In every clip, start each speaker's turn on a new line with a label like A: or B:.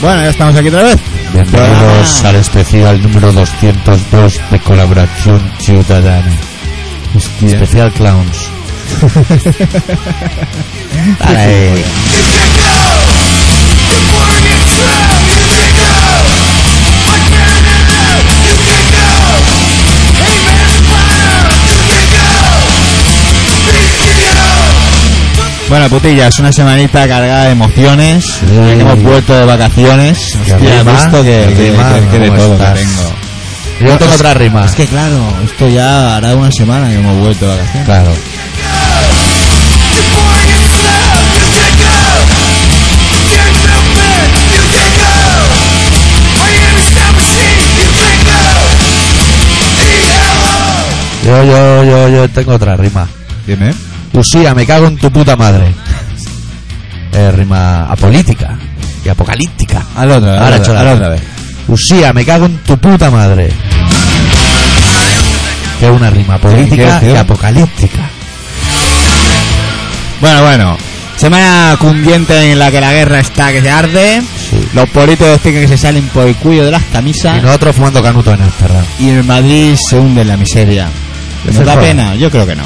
A: Bueno, ya estamos aquí otra vez.
B: Bienvenidos
A: Ah.
B: al especial número 202 de colaboración ciudadana. Especial clowns. Dale.
A: Bueno, putillas, una semanita cargada de emociones.
B: Uy.
A: Hemos vuelto de vacaciones.
B: Qué
A: Hostia,
B: rima,
A: has visto que,
B: qué
A: que-
B: rima,
A: que- que de
B: ¿cómo
A: todo que
B: estás?
A: tengo.
B: Yo tengo otra rima.
A: Es que claro, esto ya hará una semana que hemos vuelto de vacaciones.
B: Claro. Yo, yo, yo, yo tengo otra rima.
A: Dime.
B: Lucía, me cago en tu puta madre. Eh, rima apolítica y apocalíptica.
A: Hazlo otra vez.
B: Ahora,
A: hazlo
B: chola.
A: hazlo otra vez.
B: Lucía, me cago en tu puta madre. Que es una rima
A: ¿Qué
B: política
A: decir?
B: y apocalíptica.
A: Bueno, bueno. Semana cundiente en la que la guerra está que se arde.
B: Sí.
A: Los políticos tienen que se salen por el cuello de las camisas.
B: Y nosotros fumando canuto en el terreno.
A: y el Madrid se hunde en la miseria.
B: Es
A: ¿Nos
B: el
A: da
B: problema.
A: pena? Yo creo que no.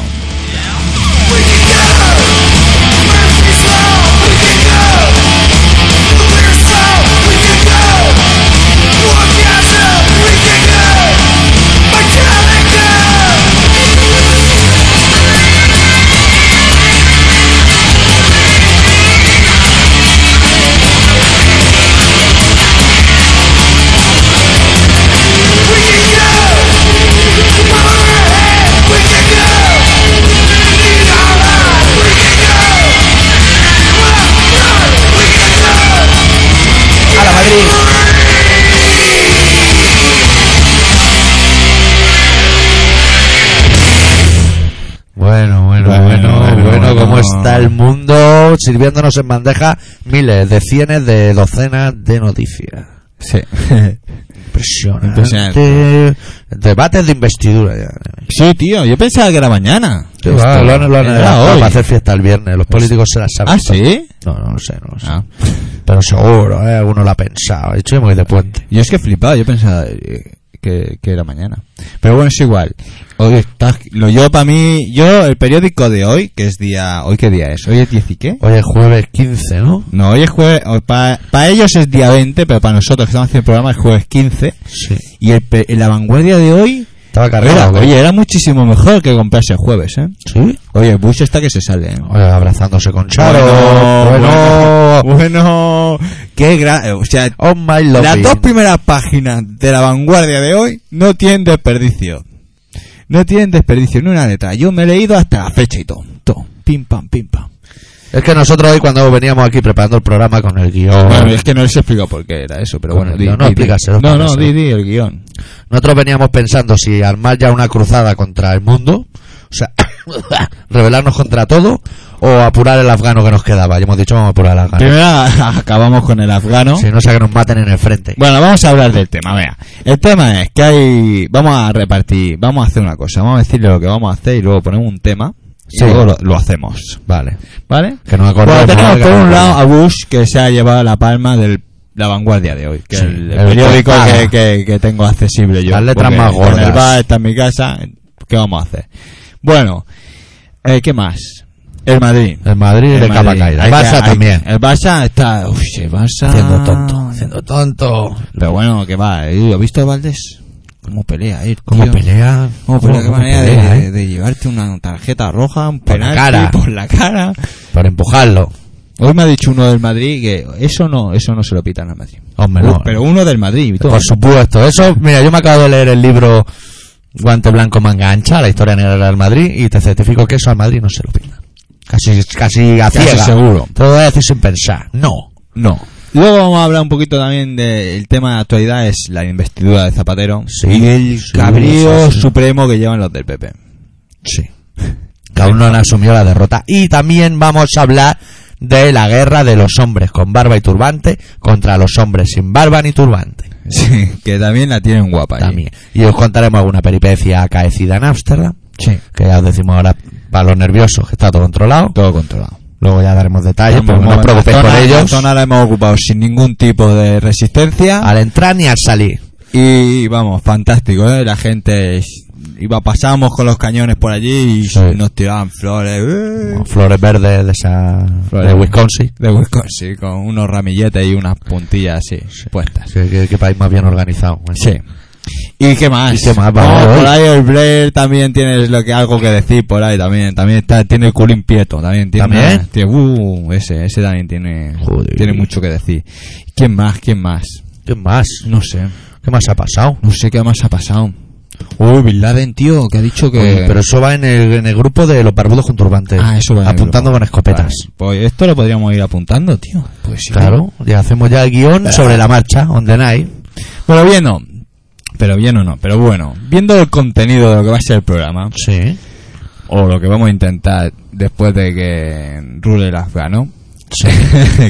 B: ¡A la Madrid! Bueno, bueno,
A: Bueno,
B: bueno, bueno,
A: bueno, bueno.
B: ¿cómo está el mundo? Sirviéndonos en bandeja miles de cienes de docenas de noticias.
A: Sí.
B: Impresionante.
A: Impresionante.
B: Debates de investidura ya.
A: sí, tío. Yo pensaba que era mañana.
B: Sí,
A: Esto-
B: va, Ah, lo han, lo han
A: era
B: adelantado
A: hoy.
B: para hacer fiesta el viernes. Los políticos se las saben.
A: ¿Ah, sí?
B: No, no lo sé, no lo sé.
A: Ah.
B: Pero seguro, ¿eh? alguno lo ha pensado. De hecho, yo me voy de puente.
A: Yo es que flipaba. Yo pensaba eh, que, que era mañana. Pero bueno, es igual. Hoy está... Lo yo para mí... Yo, el periódico de hoy, que es día... ¿Hoy qué día es? ¿Hoy es 10 y qué?
B: Hoy es jueves 15, ¿no?
A: No, hoy es jueves... Para ellos es día 20, pero para nosotros que estamos haciendo el programa es jueves 15.
B: Sí.
A: Y el, pe- la vanguardia de hoy...
B: Estaba
A: Era,
B: cargado. ¿o qué?
A: oye, era muchísimo mejor que comprarse el jueves, ¿eh?
B: ¿Sí?
A: Oye, Bush está que se sale, ¿eh?
B: Oye, abrazándose con Charo.
A: bueno,
B: Bueno.
A: bueno, qué gran, o sea,
B: Oh my love.
A: las dos primeras páginas de la vanguardia de hoy no tienen desperdicio. No tienen desperdicio ni una letra. Yo me he leído hasta la fecha y todo. todo. Pim pam, pim pam.
B: Es que nosotros hoy cuando veníamos aquí preparando el programa con el guión,
A: Bueno, es que no les explico por qué era eso, pero
B: Con
A: bueno,
B: el guión, no, explícaselo,
A: No, no, di,
B: explícaselo.
A: di el guión.
B: nosotros veníamos pensando si armar ya una cruzada contra el mundo, o sea, rebelarnos contra todo, o apurar el afgano que nos quedaba. Y hemos dicho, vamos a apurar el afgano.
A: Primero acabamos con el afgano.
B: Si no sea que nos maten en el frente.
A: Bueno, vamos a hablar del tema, vea. El tema es que hay... Vamos a repartir, vamos a hacer una cosa, vamos a decirle lo que vamos a hacer y luego ponemos un tema y
B: Sí.
A: luego lo, lo hacemos,
B: Vale.
A: ¿vale?
B: Que nos
A: Bueno,
B: acordemos.
A: tenemos
B: que
A: por
B: nos
A: un lado
B: acordemos.
A: a Bush que se ha llevado la palma de la vanguardia de hoy, que
B: Sí,
A: es el,
B: el
A: periódico que,
B: portada.
A: que- que tengo accesible yo.
B: Las letras
A: porque
B: más
A: está En el
B: gordas.
A: bar, está en mi casa, ¿qué vamos a hacer? Bueno, eh, ¿qué más? El Madrid.
B: El Madrid de
A: El
B: capa
A: Madrid.
B: caída.
A: Hay
B: El
A: que-
B: Barça
A: hay-
B: también.
A: El Barça está... Uy, el Barça...
B: Haciendo tonto. Haciendo tonto.
A: Pero bueno, que va, eh, ¿lo visto Valdés? ¿Cómo pelea él?
B: ¿Cómo
A: tío?
B: pelea?
A: ¿Cómo pelea? ¿Qué
B: cómo
A: manera de-
B: pelea,
A: de,
B: eh?
A: de llevarte una tarjeta roja, un
B: Por la
A: penalti
B: cara.
A: por la cara?
B: Para empujarlo.
A: Hoy me ha dicho uno del Madrid que eso no, eso no se lo pitan al Madrid.
B: Hombre,
A: Uy,
B: no.
A: Pero uno del Madrid, y todo.
B: Por supuesto. Eso, mira, yo me acabo de leer el libro Guante Blanco Manga Ancha, la historia negra del Real Madrid, y te certifico que eso al Madrid no se lo pinta. Casi, casi a
A: Casi
B: ciega.
A: seguro.
B: Te lo voy a decir sin pensar. No.
A: No. Luego vamos a hablar un poquito también del tema de actualidad, es la investidura de Zapatero
B: Sí,
A: y el
B: sí,
A: cabrío
B: sí, sí.
A: supremo que llevan los del PP.
B: Sí. Que aún no han asumido la derrota. Y también vamos a hablar de la guerra de los hombres con barba y turbante contra los hombres sin barba ni turbante.
A: Sí, que también la tienen guapa. allí.
B: También. Y os contaremos alguna peripecia acaecida en Ámsterdam.
A: Sí.
B: Que ya os decimos ahora para los nerviosos que está todo controlado.
A: Todo controlado.
B: Luego ya daremos detalles, pero no os preocupéis
A: la
B: por
A: zona- La
B: ellos.
A: zona la hemos ocupado sin ningún tipo de resistencia.
B: Al entrar ni al salir.
A: Y vamos, fantástico, ¿eh? La gente es- iba, pasamos con los cañones por allí y
B: Sí.
A: nos tiraban flores. ¡eh!
B: Como Flores verdes de esa
A: Flores.
B: de Wisconsin.
A: De Wisconsin, con unos ramilletes y unas puntillas así puestas.
B: Qué, qué- qué país más bien organizado. ¿eh?
A: Sí. ¿Y qué más?
B: ¿Y qué más?
A: No,
B: Vale,
A: por
B: hoy.
A: ahí el Blair también tienes lo que, algo que decir por ahí también. También está, tiene el culín pieto. También tiene.
B: ¿También?
A: una- tiene- uh, ese, ese también tiene,
B: Joder.
A: tiene mucho que decir. ¿Quién más? ¿Quién más?
B: ¿Qué más?
A: No sé.
B: ¿Qué más ha pasado?
A: No sé qué más ha pasado. Uy, Bin Laden, tío, que ha dicho que.
B: Oye, pero eso va en el, en el grupo de los barbudos con turbantes.
A: Ah, eso va en el
B: Apuntando
A: grupo.
B: con escopetas.
A: Vale, Pues esto lo podríamos ir apuntando, tío. Pues sí.
B: Claro, ya hacemos ya el guión sobre la marcha, on the night.
A: Pero bien, no. Pero bien o no. Pero bueno, viendo el contenido de lo que va a ser el programa,
B: Sí,
A: o lo que vamos a intentar después de que rule el afgano,
B: sí.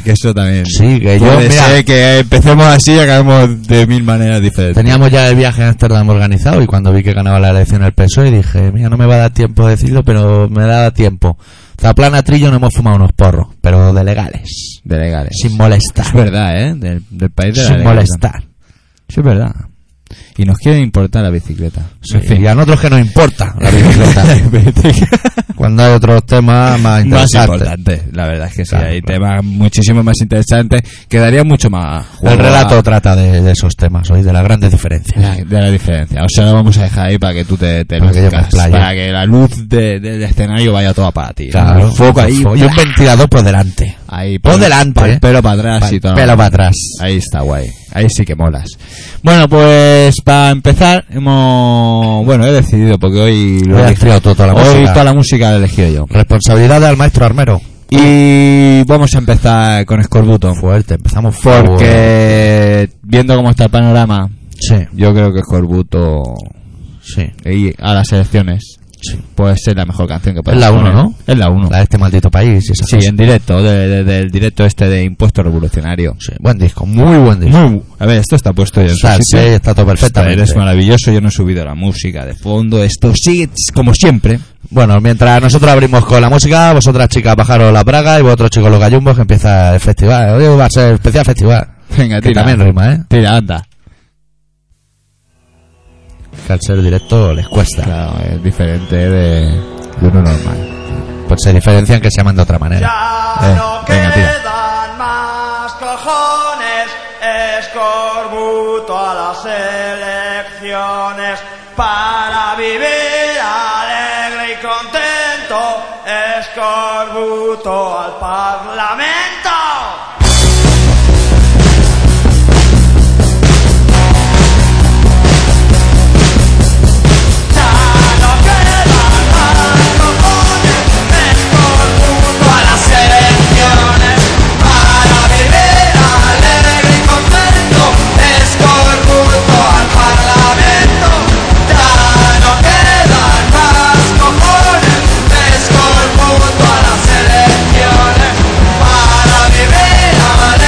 A: que eso también.
B: Sí, que yo,
A: puede
B: mira.
A: ser que empecemos así y acabemos de mil maneras diferentes.
B: Teníamos ya el viaje a Ámsterdam organizado y cuando vi que ganaba la elección el PSOE dije, mira, no me va a dar tiempo de decirlo, pero me da tiempo. Zaplana Trillo no hemos fumado unos porros, pero de legales.
A: De legales.
B: Sin
A: Es
B: molestar.
A: verdad, ¿eh? Del, del país de la
B: Sin
A: legalidad.
B: molestar.
A: Sí, es verdad. Y nos quieren importar la bicicleta.
B: Sí, Y a nosotros que nos importa la bicicleta. cuando hay otros temas
A: más
B: más interesantes.
A: importante. La verdad es que sí,
B: Claro,
A: hay
B: claro.
A: temas muchísimo más interesantes que darían mucho más juego
B: el relato
A: a-
B: trata de, de esos temas hoy, de las grandes diferencias.
A: la- de la diferencia. O sea, lo vamos a dejar ahí para que tú te, te
B: Para que yo me
A: luzcas,
B: explaye.
A: para que la luz de- del escenario vaya toda para ti.
B: Claro.
A: Un foco ahí.
B: Y un ventilador por delante.
A: Ahí,
B: Por
A: pa'l-
B: delante,
A: pa'l
B: eh.
A: pelo para atrás
B: Pa'l
A: y todo.
B: pelo para atrás.
A: Ah, Ahí está guay. Ahí sí que molas. Bueno, pues para empezar, hemos. Bueno, he decidido porque hoy.
B: Hoy has triado tú toda la
A: hoy
B: música.
A: toda la música la he elegido yo.
B: Responsabilidad del maestro armero.
A: Y vamos a empezar con Scorbuto.
B: Fuerte, empezamos fuerte.
A: Porque viendo cómo está el panorama,
B: Sí,
A: yo creo que Scorbuto
B: sí,
A: y a las elecciones
B: sí.
A: puede ser la mejor canción que puede
B: la uno, ¿no?
A: Es la 1.
B: La de este maldito país. y esas
A: Sí,
B: cosas.
A: en directo, de- de- del directo este de Impuesto Revolucionario.
B: Sí, Buen disco, muy buen disco.
A: A ver, esto está puesto ya en su
B: Está,
A: sitio.
B: sí, está todo perfectamente.
A: Eres maravilloso, yo no he subido la música de fondo. Esto sí, es como siempre.
B: Bueno, mientras nosotros abrimos con la música, vosotras chicas bajaros la braga y vosotros chicos los gallumbos que empieza el festival. Hoy va a ser especial festival.
A: Venga,
B: Que
A: tira.
B: también rima, ¿eh?
A: Tira, anda.
B: Que al ser directo les cuesta.
A: Claro, es diferente de, de uno normal.
B: Pues se diferencian que se llaman de otra manera.
C: Ya
A: Eh,
C: no
A: venga, tira.
C: quedan más cojones, escorbuto a las elecciones para vivir alegre y contento, escorbuto al parlamento. Ya no quedan más cojones, escorbuto a las elecciones Para vivir alegre y contento, escorbuto al parlamento Ya no quedan más cojones, escorbuto a las elecciones Para vivir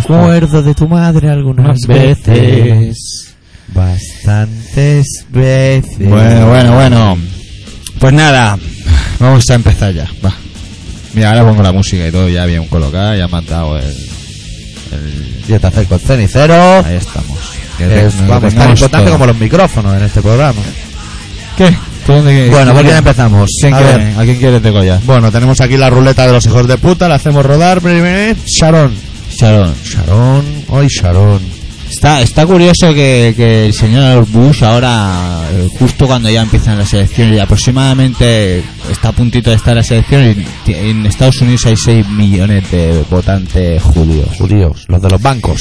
B: acuerdo de tu madre algunas veces. Bastantes veces.
A: Bueno, bueno, bueno. Pues nada, vamos a empezar ya. Va. Mira, ahora pongo la música y todo ya bien colocada, ya han matado el. el-
B: Yo te acerco el cenicero.
A: Ahí estamos. Que
B: que es,
A: te-
B: vamos, tan
A: tengamos
B: importante
A: todo.
B: como los micrófonos en este programa.
A: ¿Qué? ¿Tú dónde-
B: Bueno, ¿por
A: dónde-
B: quién empezamos?
A: ¿Quién
B: A
A: quiere-
B: ver.
A: ¿A quién quieres degollar?
B: Bueno, tenemos aquí la ruleta de los hijos de puta, la hacemos rodar. Sharon.
A: Sharon.
B: Sharon, hoy Sharon.
A: Está, está curioso que, que el señor Bush ahora, eh, justo cuando ya empiezan las elecciones, y aproximadamente está a puntito de estar las elecciones, y ti- en Estados Unidos hay 6 millones de votantes judíos.
B: Judíos, los de los bancos.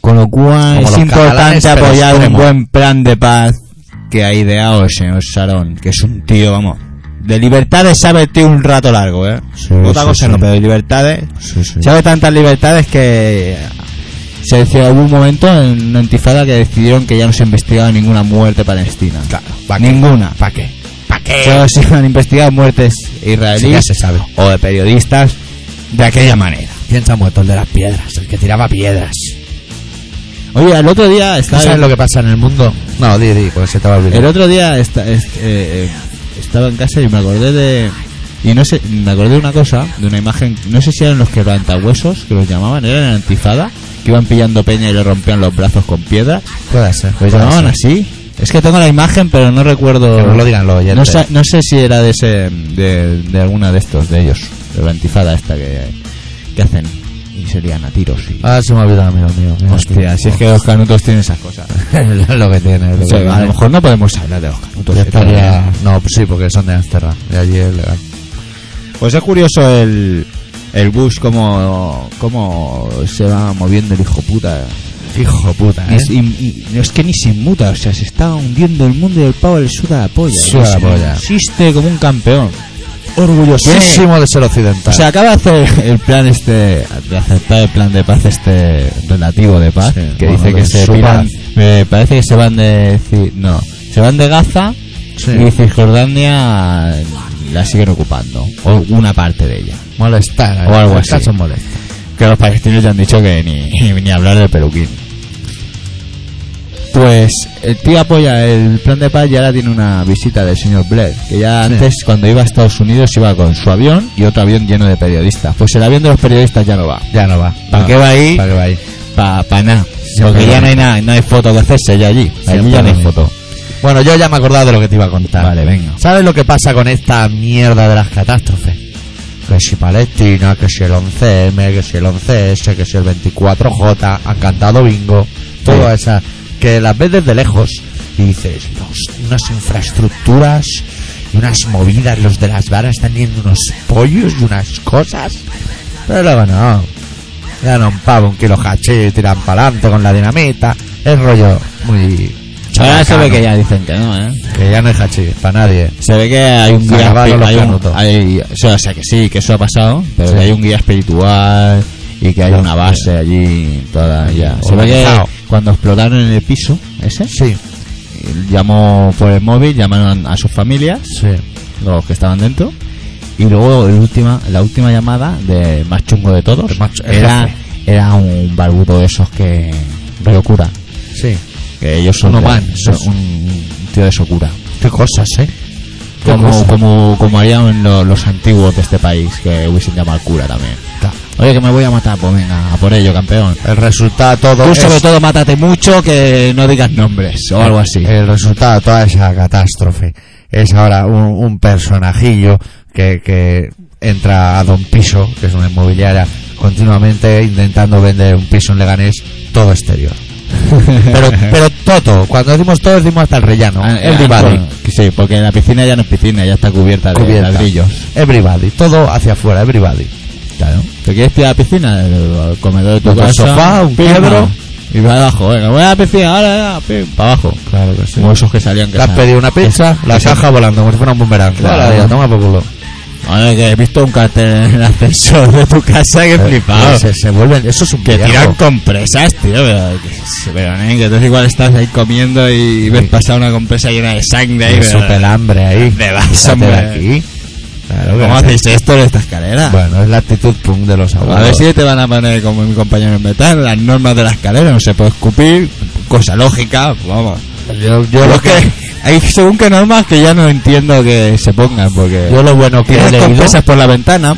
A: Con lo cual
B: Como
A: es
B: los catalanes,
A: importante
B: pero
A: apoyar un
B: extremo.
A: buen plan de paz que ha ideado el señor Sarón, que es un tío, vamos. De libertades sabe tío un rato largo, ¿eh?
B: Sí,
A: Otra
B: sí,
A: cosa
B: sí.
A: no, pero de libertades.
B: Sí, sí.
A: Sabe tantas libertades que se decía hubo un momento en una intifada que decidieron que ya no se investigaba ninguna muerte palestina.
B: ¿pa' qué?
A: ninguna.
B: ¿Para qué? ¿Para qué?
A: Solo se iban a investigar muertes
B: Sí, ya
A: israelíes
B: se sabe.
A: o de periodistas de aquella manera.
B: ¿Quién se ha muerto? El de las piedras, el que tiraba piedras.
A: Oye, el otro día
B: ¿Tú
A: estaba...
B: sabes lo que pasa en el mundo? No, di, di, porque se te va a olvidar.
A: El otro día esta- est- eh, eh, estaba en casa y me acordé de. Y no sé, me acordé de una cosa, de una imagen, no sé si eran los quebrantahuesos, que los llamaban, eran en antifada, que iban pillando peña y le rompían los brazos con piedras.
B: Puede ser.
A: Los
B: puede
A: llamaban
B: ser.
A: así. Es que tengo la imagen, pero no recuerdo.
B: Que no lo digan los oyentes.
A: No, sa- no sé si era de ese de, de alguna de estos, de ellos, de la antifada esta que, que hacen. Y serían a tiros. Y...
B: Ah, se me ha olvidado, amigo mío. Mira,
A: Hostia,
B: tío.
A: si es que los canutos tienen esas cosas.
B: lo que tiene. Lo que
A: O sea, a
B: tiene.
A: lo mejor no podemos hablar de los canutos. eh,
B: Ya estaría-
A: etcétera.
B: No, pues sí, porque son de Amsterdam. De allí es legal.
A: Pues es curioso el, el Bush cómo, cómo se va moviendo el hijo puta. ¿eh?
B: Hijo puta,
A: Es, y- y- no es que ni se muta, o sea, se está hundiendo el mundo y el pavo le suda la polla.
B: Suda
A: O sea,
B: la polla.
A: Existe como un campeón. Orgullosísimo.
B: Orgullosísimo de ser occidental.
A: O sea, acaba de hacer el plan este, de aceptar el plan de paz este relativo de paz,
B: Sí,
A: que
B: bueno,
A: dice que
B: de
A: se
B: su
A: piran,
B: paz.
A: me parece que se van de, Ci- no, se van de Gaza
B: Sí.
A: y Cisjordania la siguen ocupando, o una parte de ella.
B: molestar.
A: o algo
B: el
A: así.
B: caso molesta.
A: Que los palestinos ya han dicho que ni, ni hablar del peluquín. Pues el tío apoya el plan de paz y ahora tiene una visita del señor Blair, que ya
B: Sí.
A: antes cuando iba a Estados Unidos iba con su avión y otro avión lleno de periodistas. Pues el avión de los periodistas ya no va.
B: Ya no va.
A: ¿Para
B: No,
A: qué va ahí?
B: ¿Para qué va ahí?
A: Para nada.
B: Sí,
A: Porque
B: pero-
A: ya no hay nada, no hay foto que hacerse ya allí. Allí
B: Siempre
A: ya no
B: lo
A: hay
B: mismo.
A: foto.
B: Bueno, yo ya me he acordado de lo que te iba a contar.
A: Vale, venga.
B: ¿Sabes lo que pasa con esta mierda de las catástrofes? Que si Palestina, que si el 11M, que si el 11S, que si el 24J, han cantado bingo, todas esas, que las ves desde lejos y dices, "Dios, unas infraestructuras y unas movidas, los de las varas están yendo unos pollos y unas cosas, pero luego no. Ganan un pavo, un kilo haché, tiran para adelante con la dinamita, es rollo muy...
A: Ahora se ve
B: chabacano.
A: que ya dicen que no, ¿eh?
B: Que ya no es hachís, para nadie.
A: Se ve que hay un
B: Se
A: guía
B: acabaron los
A: espi- hay un-
B: canutos.
A: hay- o, sea, o sea, que sí, que eso ha pasado, pero
B: Sí.
A: que hay un guía espiritual y que hay una base allí toda ya. Se ve que
B: Organizado.
A: cuando explotaron en el piso ese,
B: Sí,
A: llamó por el móvil, llamaron a sus familias,
B: sí.
A: los que estaban dentro, y luego el última, la última llamada de más chungo de todos
B: El más ch- el
A: era,
B: jefe.
A: era un barbudo de esos que de locura.
B: Sí.
A: Que ellos son,
B: Un
A: de-
B: Oman,
A: son
B: esos.
A: un, un tío de Sokura.
B: Qué cosas, ¿eh? Qué
A: Como,
B: cosas.
A: como, como harían lo- los antiguos de este país, que hubiesen llamado al cura también.
B: Ta.
A: Oye, que me voy a matar, pues venga, a por ello, campeón.
B: El resultado todo
A: Tú
B: es-
A: sobre todo mátate mucho, que no digas nombres o algo así.
B: El resultado de toda esa catástrofe es ahora un, un personajillo que, que entra a Don Piso, que es una inmobiliaria, continuamente intentando vender un piso en Leganés todo exterior. Pero, pero todo, cuando decimos todo, decimos hasta el rellano.
A: Ah, eh,
B: Everybody.
A: ah, por- sí, porque la piscina ya no es piscina, ya está cubierta de
B: Cubierta.
A: ladrillos.
B: Everybody. Todo hacia afuera, everybody.
A: Claro. ¿Te quieres tirar a la piscina? El, el comedor de tu
B: Otro
A: casa.
B: sofá, un
A: pima,
B: quiebro.
A: Y para abajo, venga, voy a la piscina, ahora, ahora, pim, para abajo.
B: Claro que
A: Como esos que salían que
B: Le has
A: sal-
B: pedido una pizza, la
A: que sal-
B: caja volando como si fuera un boomerang.
A: Claro.
B: Hola, ya, toma por culo.
A: Ahora que he visto un cartel en el ascensor de tu casa que he flipado.
B: Eh, Se, se vuelven, eso es un
A: Que
B: viaje.
A: tiran compresas, tío. Pero, que, pero, nen, que tú igual estás ahí comiendo y ves pasar una compresa llena de sangre ahí.
B: Es
A: pero-
B: súper hambre ahí.
A: ¿Dónde vas,
B: Sácate de
A: hombre?
B: aquí. Claro,
A: ¿Cómo
B: gracias.
A: hacéis esto en esta escalera?
B: Bueno, es la actitud punk de los
A: a
B: abogados.
A: ver si te van a poner como mi compañero en metal, las normas de la escalera, no se puede escupir, cosa lógica, vamos.
B: Yo, yo
A: Pero
B: lo
A: es que
B: que...
A: hay según qué normas que ya no entiendo que se pongan, porque
B: Yo lo bueno que he
A: tienes
B: leído...
A: compresas por la ventana,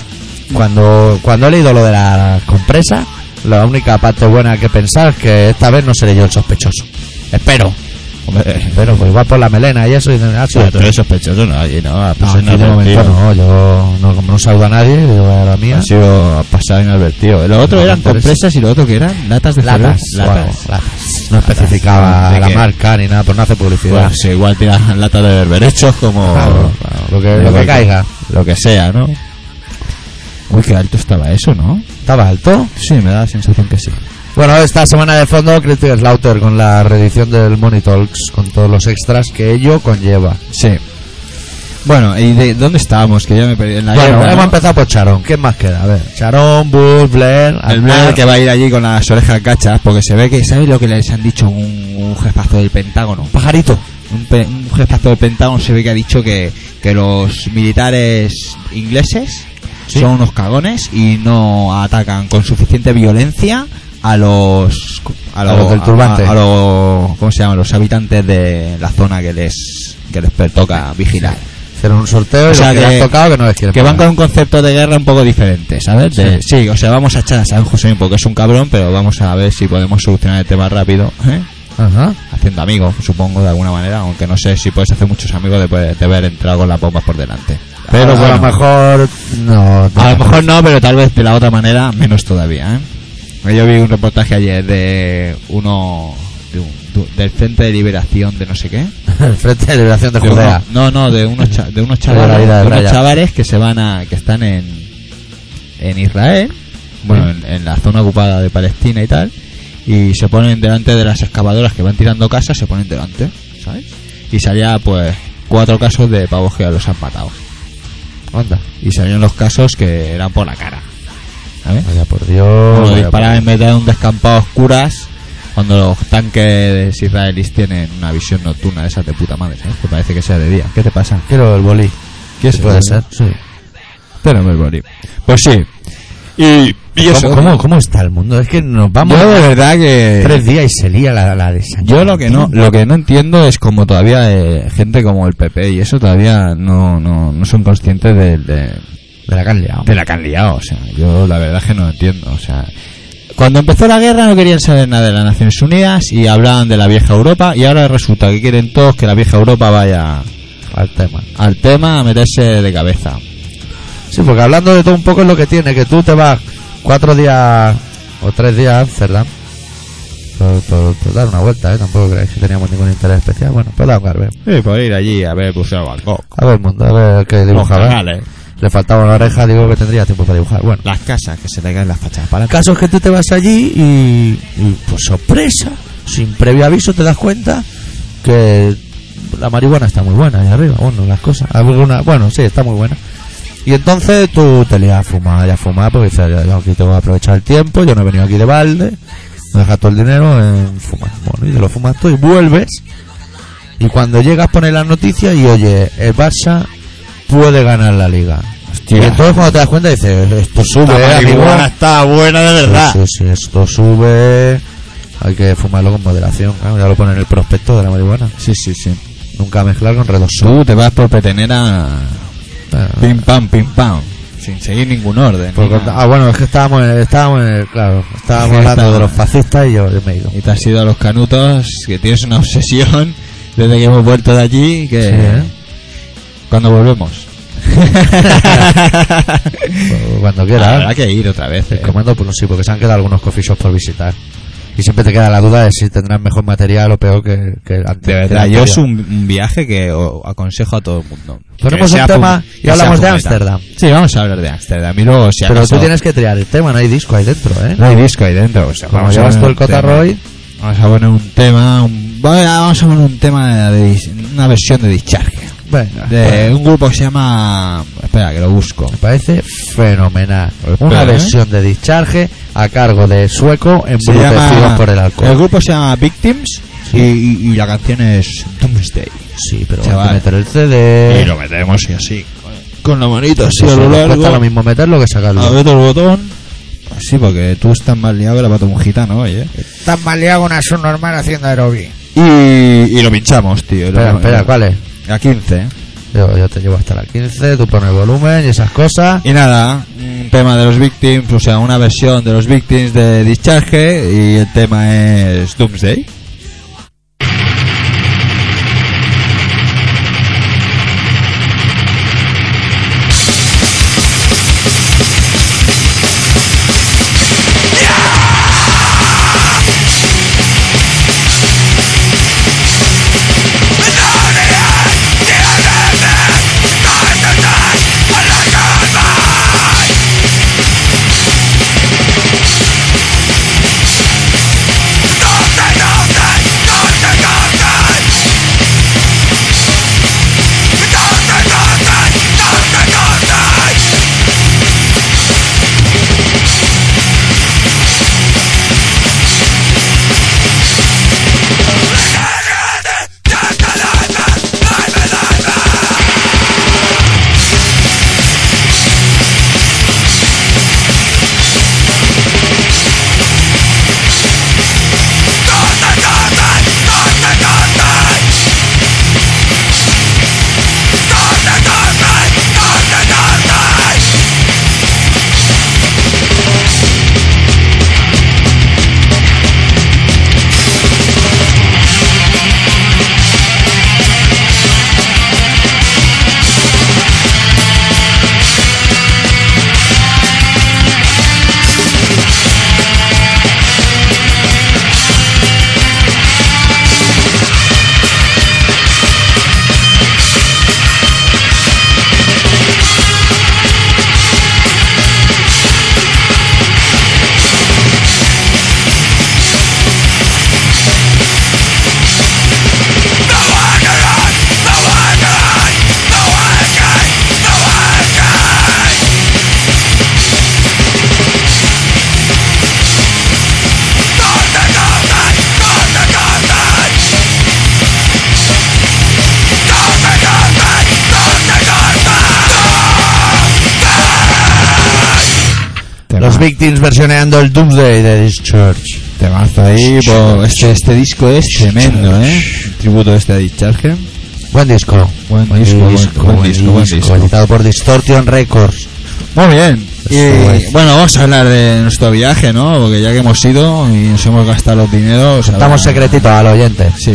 B: Cuando, cuando he leído lo de las compresas, la única parte buena que pensar es que esta vez no seré yo el sospechoso. Espero.
A: hombre,
B: Pero pues igual por la melena y eso dicen, ah, sí,
A: pero
B: tú
A: tú eres sospechoso, no, allí no, ha
B: No,
A: pasado
B: en este momento
A: inadvertido.
B: no, yo no, como no saludo a nadie, digo a la mía.
A: Ha sido ha pasado inadvertido. Lo otro
B: No
A: eran
B: me interesa.
A: compresas y lo otro que eran latas de
B: Latas,
A: cerveza.
B: latas, latas. No especificaba
A: ¿De
B: la
A: qué?
B: marca ni nada, por no hacer publicidad.
A: Pues igual tiran latas de berberechos como
B: Claro, claro, lo Ah, que, lo que
A: Igual
B: caiga.
A: lo que sea, ¿no? Uy, qué alto estaba eso, ¿no?
B: ¿Estaba alto?
A: Sí, me da la sensación que sí.
B: Bueno, esta semana de fondo Christian Slaughter con la reedición del Monitox, con todos los extras que ello conlleva.
A: Sí. Bueno, ¿y de dónde estábamos? Que ya me perdí en la
B: Bueno,
A: guerra,
B: hemos
A: ¿no?
B: empezado por Charón. ¿Quién más queda? A ver, Charón, Bush, Blair,
A: El Blair Ah, que va a ir allí con las orejas cachas, porque se ve que, ¿sabéis lo que les han dicho un, un jefazo del Pentágono?
B: pajarito.
A: Un, pe- un jefazo del Pentágono se ve que ha dicho que, que los militares ingleses
B: Sí.
A: son unos cagones y no atacan con suficiente violencia a los a,
B: A los del turbante.
A: a- a los- ¿cómo se llama? los habitantes de la zona que les que les toca vigilar
B: Hicieron un sorteo y
A: O sea
B: los que,
A: que-
B: le han tocado que no les quieren
A: que van con
B: pagar.
A: un concepto de guerra un poco diferente, ¿sabes? De- sí. o sea, vamos a echar a San José porque es un cabrón, pero vamos a ver si podemos solucionar el tema rápido, ¿eh?
B: Ajá.
A: Haciendo amigos, supongo, de alguna manera, aunque no sé si puedes hacer muchos amigos después de haber entrado con las bombas por delante. Ah,
B: Pero a lo
A: bueno.
B: mejor... No.
A: A lo mejor no, pero tal vez de la otra manera menos todavía, ¿eh? Yo vi un reportaje ayer de uno... de un- du- del Frente de Liberación de no sé qué.
B: El Frente de Liberación de
A: De
B: Judea.
A: uno- no, no, de unos, cha- de unos
B: De la
A: chavales,
B: vida de
A: de unos
B: Brian.
A: chavales que se van a, que están en, en Israel, bueno, en, en la zona ocupada de Palestina y tal, y se ponen delante de las excavadoras que van tirando casas, se ponen delante, ¿sabes? Y salía, pues, cuatro casos de pavos que los han matado.
B: Onda.
A: Y salieron los casos que eran por la cara, ¿sabes?
B: Vaya por Dios.
A: Cuando
B: oh, vaya
A: disparan
B: por-
A: en medio de un descampado a oscuras, cuando los tanques israelíes tienen una visión nocturna de esas de puta madre, ¿sabes? Que parece que sea de día. ¿Qué te pasa?
B: Quiero el bolí.
A: ¿Qué
B: Sí, puede ser? Sí.
A: Tenemos Boris. Pues sí. Y, y eso.
B: ¿Cómo, cómo, cómo está el mundo? Es que nos vamos
A: Yo de verdad
B: tres
A: que.
B: días y se lía la, la de San
A: Eh, Yo lo que no,
B: Valentín.
A: lo que no entiendo es como todavía eh, gente como el PP y eso todavía no, no, no son conscientes de, de,
B: De la que han liado.
A: de la que han liado. O sea, yo la verdad es que no lo entiendo. O sea, cuando empezó la guerra no querían saber nada de las Naciones Unidas y hablaban de la vieja Europa y ahora resulta que quieren todos que la vieja Europa vaya
B: Al tema.
A: al tema a meterse de cabeza.
B: Sí, porque hablando de todo un poco es lo que tiene, que tú te vas cuatro días o tres días a Amsterdam por, por- por dar una vuelta, ¿eh? Tampoco creéis que teníamos ningún interés especial. Bueno, pues la ver
A: Sí, por ir allí a ver pues a Bangkok.
B: A ver, mundo, a ver qué dibujaba. Le faltaba una oreja, digo que tendría tiempo para dibujar. Bueno,
A: Las casas que se le caen las fachadas para
B: el caso es que tú te vas allí y, y, pues sorpresa, sin previo aviso te das cuenta que la marihuana está muy buena ahí arriba. Bueno, las cosas, alguna, bueno, sí, está muy buena. Y entonces tú te le a fumar y a fumar porque dices, yo aquí tengo que aprovechar el tiempo, yo no he venido aquí de balde, me dejas todo el dinero en fumar. Bueno, y te lo fumas tú y vuelves. Y cuando llegas pones las noticias y oye, el Barça puede ganar la liga.
A: Hostia.
B: Y entonces cuando te das cuenta dices, esto sube, eh, amigo.
A: está buena de
B: Sí, sí, sí, esto sube, hay que fumarlo con moderación. claro, ya lo pone en el prospecto de la marihuana.
A: Sí, sí, sí.
B: Nunca mezclar con redoxón.
A: Tú te vas por petenera
B: Ah,
A: pim pam, pim pam, sin seguir ningún orden.
B: por
A: ni
B: contar-
A: nada.
B: ah, bueno, es que estábamos, en- estábamos, en el- claro, estábamos
A: Sí,
B: hablando
A: estábamos.
B: de los fascistas y yo, yo me he ido.
A: Y te has ido a los canutos, que tienes una obsesión desde que hemos vuelto de allí, que...
B: Sí, ¿eh?
A: Cuando volvemos.
B: Pues Cuando
A: Ah,
B: quieras.
A: Habrá que ir otra vez.
B: El
A: eh.
B: comando, pues sí, porque se han quedado algunos coffee shops por visitar. Y siempre te queda la duda de si tendrán mejor material o peor que, que el
A: De
B: ante- que el
A: verdad, yo
B: anterior.
A: es un, un viaje que o- aconsejo a todo el mundo.
B: Ponemos
A: Que
B: un
A: sea
B: tema
A: pu-
B: y
A: que
B: hablamos
A: sea
B: de
A: pumeta.
B: Ámsterdam.
A: Sí, vamos a hablar de Ámsterdam y luego si
B: Pero tú
A: acaso-
B: tienes que triar el tema, no hay disco ahí dentro, ¿eh?
A: No hay disco ahí dentro. O sea,
B: Como
A: vamos a
B: llevas
A: poner
B: tú el
A: un tema.
B: cotarroy.
A: Vamos a poner un tema. un- va- vamos a poner un tema de, de dis- una versión de Discharge.
B: Venga.
A: De un grupo que se llama. Espera, que lo busco.
B: Me parece fenomenal.
A: Espera,
B: Una
A: ¿eh?
B: versión de discharge a cargo de sueco
A: Se
B: embrutecidos
A: llama,
B: por el alcohol.
A: el grupo se llama Victims y, y- y la canción es Doomsday.
B: Sí, pero hay
A: Chaval.
B: Eh. que meter el CD.
A: metemos y así. con la manita así a
B: Eso
A: lo
B: nos Cuesta lo
A: largo.
B: mismo meterlo que sacarlo.
A: Aprieto el botón. Así, porque tú estás más liado que la pata de un gitano hoy, ¿eh?
D: Estás más liado con un normal haciendo aerobic.
A: Y, y lo pinchamos, tío.
B: Espera,
A: Lo-
B: espera, ¿cuál es?
A: A 15.
B: Yo, yo te llevo hasta la 15, tú pones volumen y esas cosas.
A: Y nada, un tema de los Victims, o sea, una versión de los Victims de Discharge. Y el tema es Doomsday.
B: Los Victims versioneando el Doomsday de This Church.
A: Temazo ahí, po. este, este disco es tremendo, ¿eh? El tributo este a Discharge.
B: Buen disco.
A: Buen disco, buen- buen disco, buen disco.
B: Editado por Distortion Records.
A: Muy bien.
B: Pues,
A: Y, bueno, vamos a hablar de nuestro viaje, ¿no? Porque ya que hemos ido y nos hemos gastado los dineros.
B: Estamos
A: ahora-
B: secretitos al oyente.
A: Sí.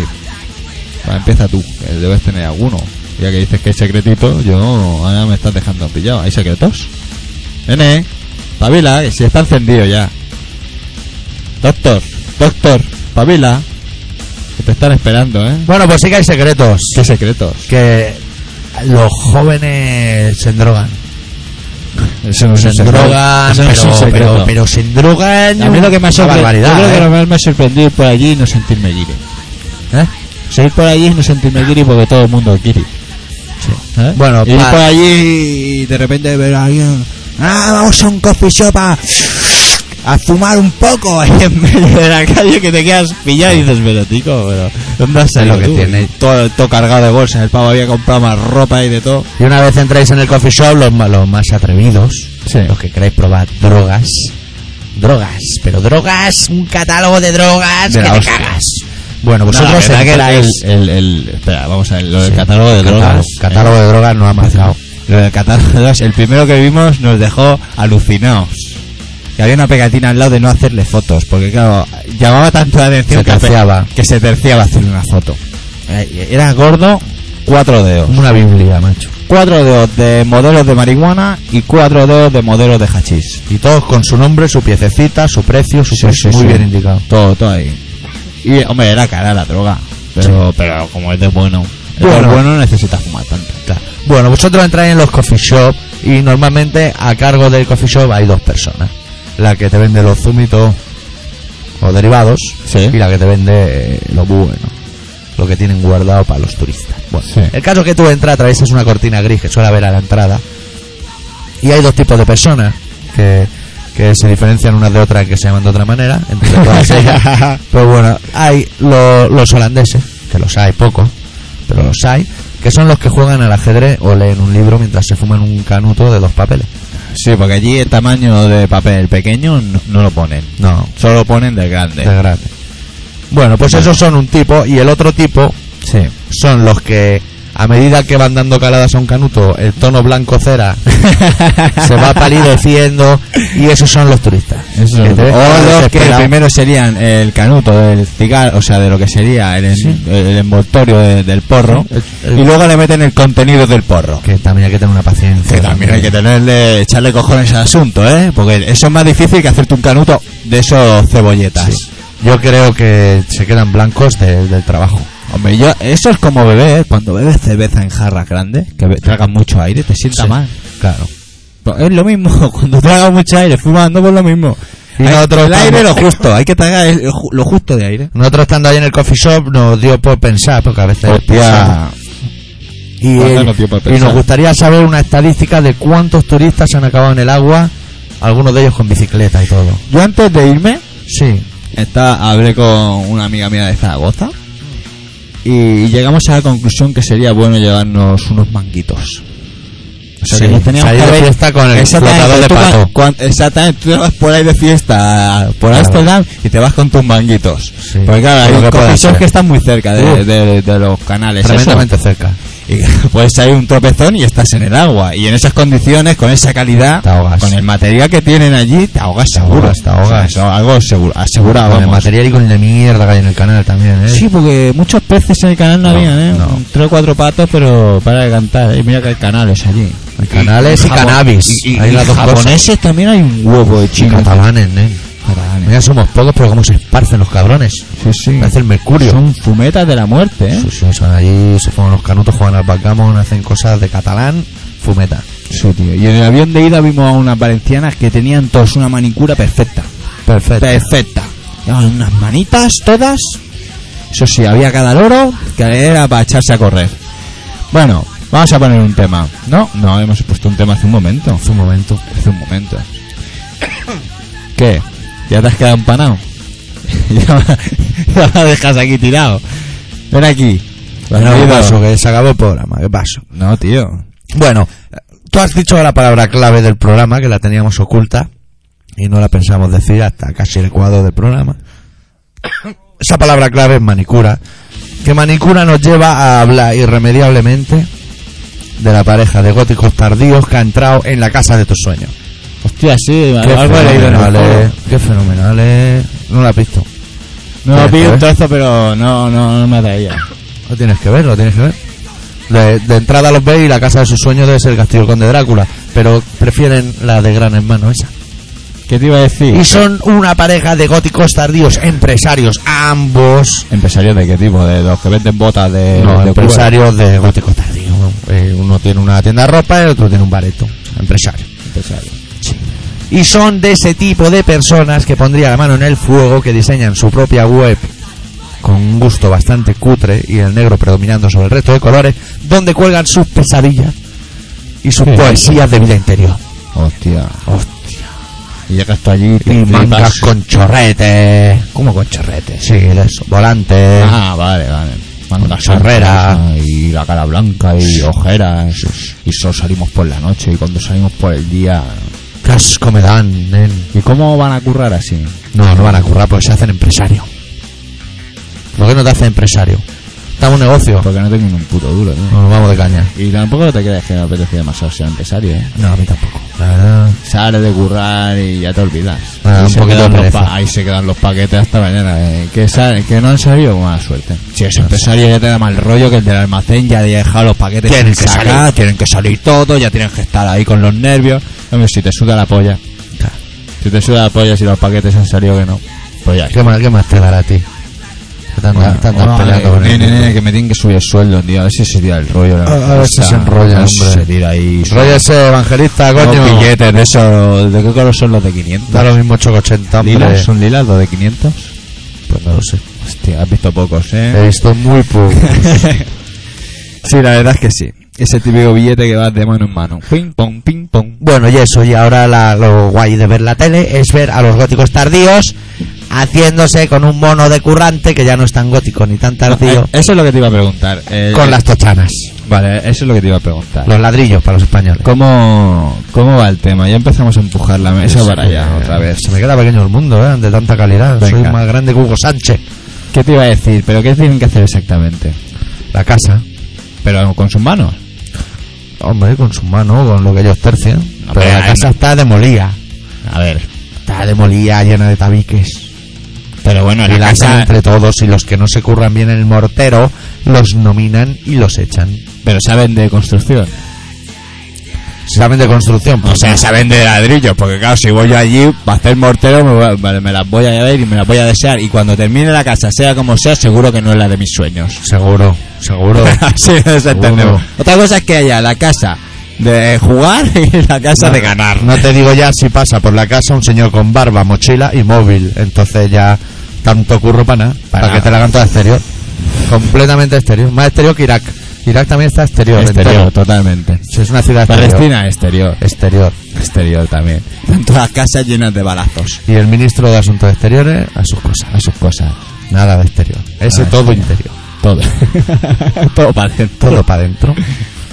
A: Va, empieza tú, que debes tener alguno. Ya que dices que hay secretitos, yo ahora me estás dejando pillado. ¿Hay secretos? Nene, pabila, que si está encendido ya. Doctor, doctor, pabila. Que te están esperando, ¿eh?
B: Bueno, pues sí que hay secretos.
A: ¿Qué secretos?
B: Que los jóvenes se drogan.
A: Eso no
B: Se drogan,
A: Eso no es un
B: pero,
A: secreto.
B: pero, pero se drogan.
A: a mí lo que me ha
B: una
A: sorprendido, yo
B: barbaridad,
A: creo que
B: ¿eh?
A: lo más me ha sorprendido ir por allí y no sentirme guiri. ¿Eh? O sea, ir por allí y no sentirme guiri porque todo el mundo es guiri. ¿Eh?
B: Bueno,
A: ir
B: pa-
A: por allí y de repente ver a alguien. Ah, vamos a un coffee shop a, a fumar un poco ahí en medio de la calle que te quedas pillado y dices, pero tico, pero ¿dónde has
B: Es lo
A: salido
B: que
A: tú?".
B: tiene.
A: Todo, todo cargado de bolsas, el pavo había comprado más ropa y de todo.
B: Y una vez entráis en el coffee shop, los, ma- los más atrevidos,
A: Sí.
B: los que queráis probar drogas, drogas, pero drogas, un catálogo de drogas
A: De
B: que
A: la
B: te
A: hostia.
B: cagas. Bueno,
A: No, la
B: vosotros
A: verdad que la- el,
B: entráis-
A: el, el- espera, vamos a ver, lo del
B: Sí,
A: catálogo de
B: catálogo,
A: drogas.
B: Catálogo de drogas no ha marcado.
A: Lo del catálogo de drogas, el primero que vimos nos dejó alucinados. Que había una pegatina al lado de no hacerle fotos, porque claro, llamaba tanto la atención
B: Se
A: que,
B: terciaba.
A: que se terciaba hacerle una foto. Eh, Era gordo, cuatro dedos.
B: Una Biblia, macho.
A: Cuatro dedos de modelos de marihuana y cuatro dedos de modelos de hachís.
B: Y todos con su nombre, su piececita, su precio, su precio,
A: sí,
B: muy
A: sí.
B: bien indicado.
A: Todo, todo ahí. Y hombre, era cara la droga, pero, pero como es de bueno, es de
B: Bueno.
A: bueno necesita fumar tanto.
B: Claro. Bueno, vosotros entráis en los coffee shop y normalmente a cargo del coffee shop hay dos personas. La que te vende los zumitos o derivados
A: Sí.
B: y la que te vende eh, lo bueno, lo que tienen guardado para los turistas. Bueno,
A: Sí.
B: Eh. el caso es que tú entras, atraviesas una cortina gris que suele haber a la entrada y hay dos tipos de personas que, que se diferencian unas de otras, que se llaman de otra manera, entre todas Pues ellas. Pero bueno, hay lo- los holandeses, que los hay pocos, pero los hay, que son los que juegan al ajedrez o leen un libro mientras se fuman un canuto de dos papeles.
A: Sí, porque allí el tamaño de papel pequeño no, no lo ponen.
B: No,
A: Solo lo ponen del grande.
B: de grande. Bueno, pues
A: Bueno.
B: esos son un tipo y el otro tipo
A: Sí.
B: son los que a medida que van dando caladas a un canuto, el tono blanco cera se va palideciendo y esos son los turistas.
A: Eso
B: Que
A: es
B: te
A: lo-
B: ves
A: o los que
B: desesperado.
A: primero serían el canuto del cigarro, o sea, de lo que sería el, en- el envoltorio de- del porro,
B: El- el-
A: y luego le meten el contenido del porro.
B: que también hay que tener una paciencia.
A: Que también hay que tenerle, echarle cojones al asunto, ¿eh? Porque eso es más difícil que hacerte un canuto de esos cebolletas.
B: Sí. Yo creo que se quedan blancos de- del trabajo.
A: Hombre, yo, eso es como beber, cuando bebes cerveza en jarras grandes, que be- tragas mucho aire, te sienta
B: Sí,
A: mal.
B: Claro.
A: Pues es lo mismo, cuando tragas mucho aire fumando, pues lo mismo.
B: Y
A: Hay-
B: nosotros
A: el aire lo
B: estamos-
A: justo, hay que tragar el- lo justo de aire.
B: Nosotros estando ahí en el coffee shop nos dio por pensar, porque a veces pensamos. y,
A: Anda,
B: el-
A: nos dio por
B: y
A: pensar.
B: nos gustaría saber una estadística de cuántos turistas se han acabado en el agua, algunos de ellos con bicicleta y todo.
A: Yo antes de irme,
B: Sí,
A: está, hablé con una amiga mía de Zaragoza y llegamos a la conclusión que sería bueno llevarnos unos manguitos. O sea,
B: Sí,
A: que nos teníamos
B: salir
A: que
B: de
A: haber-
B: fiesta con el
A: Exactamente,
B: flotador de
A: tú
B: pato.
A: cuan- cuan- exactamente, tú te vas por ahí de fiesta por
B: Claro.
A: Amsterdam y te vas con tus manguitos.
B: Sí.
A: Porque claro,
B: Lo
A: hay
B: que pueda
A: coffee shops
B: ser.
A: que están muy cerca de,
B: Uh.
A: de- de los canales. esos.
B: tremendamente cerca.
A: Y puedes salir un tropezón y estás en el agua. Y en esas condiciones, con esa calidad,
B: Te ahogas.
A: con el material que tienen allí, te ahogas
B: Te
A: seguro.
B: ahogas, te ahogas.
A: O sea, eso algo seguro, asegurado.
B: Con el
A: ah, vamos.
B: material y con el de mierda que hay en el canal también, ¿eh?
A: Sí, porque muchos peces en el canal no,
B: No,
A: habían, ¿eh?
B: no.
A: Tres o cuatro patos, pero para de cantar. ¿eh? Mira que hay canales allí.
B: Hay canales y,
A: Japón-
B: cannabis.
A: Y, y-
B: hay
A: y
B: las dos
A: japoneses
B: cosas.
A: también hay un huevo de
B: Y
A: chino.
B: catalanes, ¿eh?
A: Catalanes.
B: Mira, somos pocos, pero cómo se esparcen los cabrones.
A: Sí, sí.
B: Parece el mercurio.
A: Son fumetas de la muerte, ¿eh?
B: Sí, sí, son allí, se fuman los canutos, juegan al backgammon, hacen cosas de catalán, fumeta.
A: Sí, tío. Y en el avión de ida vimos a unas valencianas que tenían todos una manicura perfecta.
B: Perfecto.
A: Perfecta. Llevaban unas manitas todas. Eso sí, había cada loro que era para echarse a correr. Bueno, vamos a poner un tema. No, no, hemos puesto un tema hace un momento.
B: Hace un momento.
A: Hace un momento. ¿Qué? ¿Ya te has quedado empanado? ya, me- ya me dejas aquí tirado. Ven aquí.
B: Bueno, ¿qué
A: bandido.
B: pasó? Que se acabó el programa, ¿qué pasó?
A: No, tío.
B: Bueno, tú has dicho la palabra clave del programa, que la teníamos oculta, y no la pensamos decir hasta casi el cuadro del programa. Esa palabra clave es manicura, que manicura nos lleva a hablar irremediablemente de la pareja de góticos tardíos que ha entrado en la casa de tus sueños.
A: Hostia, sí,
B: Qué
A: algo he leído en el
B: fenomenales,
A: foro.
B: Qué fenomenales. No la has visto.
A: No lo
B: Tienes
A: pillo
B: que
A: un
B: ver.
A: trozo, pero no, no, no me atraía.
B: Lo tienes que ver, lo tienes que ver. De, de entrada los ve y la casa de sus sueños debe ser el castillo conde Drácula, pero prefieren la de gran hermano esa.
A: ¿Qué te iba a decir?
B: Y son una pareja de góticos tardíos, empresarios, ambos.
A: ¿Empresarios de qué tipo? ¿De los que venden botas de,
B: no,
A: de
B: empresarios de góticos tardíos. Eh, uno tiene una tienda de ropa y el otro tiene un bareto. Empresario.
A: cuero? Empresario.
B: Y son de ese tipo de personas que pondría la mano en el fuego, que diseñan su propia web con un gusto bastante cutre y el negro predominando sobre el resto de colores, donde cuelgan sus pesadillas y sus
A: Sí.
B: poesías de vida interior.
A: Hostia. Y llegas tú allí y te
B: Y mangas
A: flipas.
B: con chorretes. ¿Cómo con chorretes? Sí, de eso. Volantes.
A: Ah, vale, vale. Mangas
B: chorrera.
A: blancas Y la cara blanca y ojeras. Y solo salimos por la noche y cuando salimos por el día.
B: Qué asco me dan, nen.
A: ¿Y cómo van a currar así?
B: No, no van a currar porque se hacen empresario. ¿Por qué no te haces empresario? Estamos un negocio.
A: Porque no tengo ni un puto duro, tío.
B: No, nos vamos de caña.
A: Y tampoco te creas que me apetece demasiado ser empresario, ¿eh?
B: No, a mí tampoco. La verdad.
A: Sales de currar y ya te olvidas.
B: Ah,
A: Ahí
B: un
A: se
B: poquito
A: quedan
B: de
A: los
B: pereza.
A: pa- Ahí se quedan los paquetes hasta mañana. eh, Que, sal- que no han salido con mala suerte. Si es empresario ya te da mal rollo que el del almacén ya ha dejado los paquetes
B: Tienen
A: sin
B: que
A: sacar,
B: salir.
A: tienen que salir todos, ya tienen que estar ahí con los nervios. Hombre, si te suda la polla. Si te suda la polla si los paquetes han salido que no. Pues ya.
B: ¿Qué más, qué más te dará a ti? Que te andas- te andas
A: Bueno,
B: peleando
A: eh,
B: con
A: nene,
B: el
A: nene, que me tienen que subir el sueldo, tío. A ver si se tira el rollo. la
B: A- a ver
A: cosa.
B: si se enrolla,
A: A ver si
B: hombre.
A: Se tira ahí.
B: Rollo ese evangelista,
A: Unos
B: coño.
A: billetes de esos. ¿De qué color son los de 500?
B: Da lo mismo 880, hombre.
A: ¿Lilas? ¿Son lilas los de 500?
B: Pues no lo sé.
A: Hostia, has visto pocos,
B: He
A: ¿eh?
B: visto muy poco.
A: sí, la verdad es que sí. Ese típico billete que va de mano en mano. Ping, pong, ping, pong.
B: Bueno, y eso, y ahora la- lo guay de ver la tele es ver a los góticos tardíos haciéndose con un mono de currante que ya no es tan gótico ni tan tardío,
A: Eh, eso es lo que te iba a preguntar. El-
B: con las tochanas.
A: Vale, eso es lo que te iba a preguntar.
B: Los ladrillos para los españoles.
A: ¿Cómo, ¿Cómo va el tema? Ya empezamos a empujar la mesa para
B: eh,
A: allá otra vez.
B: Se me queda pequeño el mundo, ¿eh? De tanta calidad. Soy
A: Venga.
B: más grande que Hugo Sánchez.
A: ¿Qué te iba a decir? ¿Pero qué tienen que hacer exactamente?
B: La casa.
A: ¿Pero con sus manos?
B: Hombre, con su mano, con lo que ellos tercian.
A: No,
B: Pero
A: pero
B: la
A: hay-
B: casa está demolida.
A: A ver.
B: Está demolida, llena de tabiques.
A: Pero bueno,
B: Y
A: la
B: la hacen
A: casa...
B: entre todos y los que no se curran bien el mortero los nominan y los echan.
A: Pero saben de construcción.
B: Saben de construcción,
A: O
B: pues
A: sea, saben de ladrillos, porque claro, si voy yo allí, para hacer mortero, me, voy- vale, me las voy a ver y me las voy a desear. Y cuando termine la casa, sea como sea, seguro que no es la de mis sueños.
B: seguro, seguro.
A: Así nos entendemos.
B: Seguro.
A: Otra cosa es que haya la casa de jugar y la casa de ganar.
B: No te digo ya si pasa por la casa un señor con barba, mochila y móvil. Entonces ya tanto curro para nada, para,
A: nada.
B: que te la hagan toda exterior. Completamente exterior, más exterior que Irak. Irak también está exterior.
A: Exterior,
B: entero.
A: totalmente.
B: Sí, Es una ciudad exterior.
A: Palestina, exterior.
B: exterior.
A: Exterior también. Están todas las casas llenas de balazos.
B: Y el ministro de Asuntos Exteriores a sus cosas, a sus cosas. Nada de exterior. Ese
A: Nada de
B: todo
A: exterior.
B: interior.
A: Ah, Todo. todo para adentro.
B: Todo para adentro.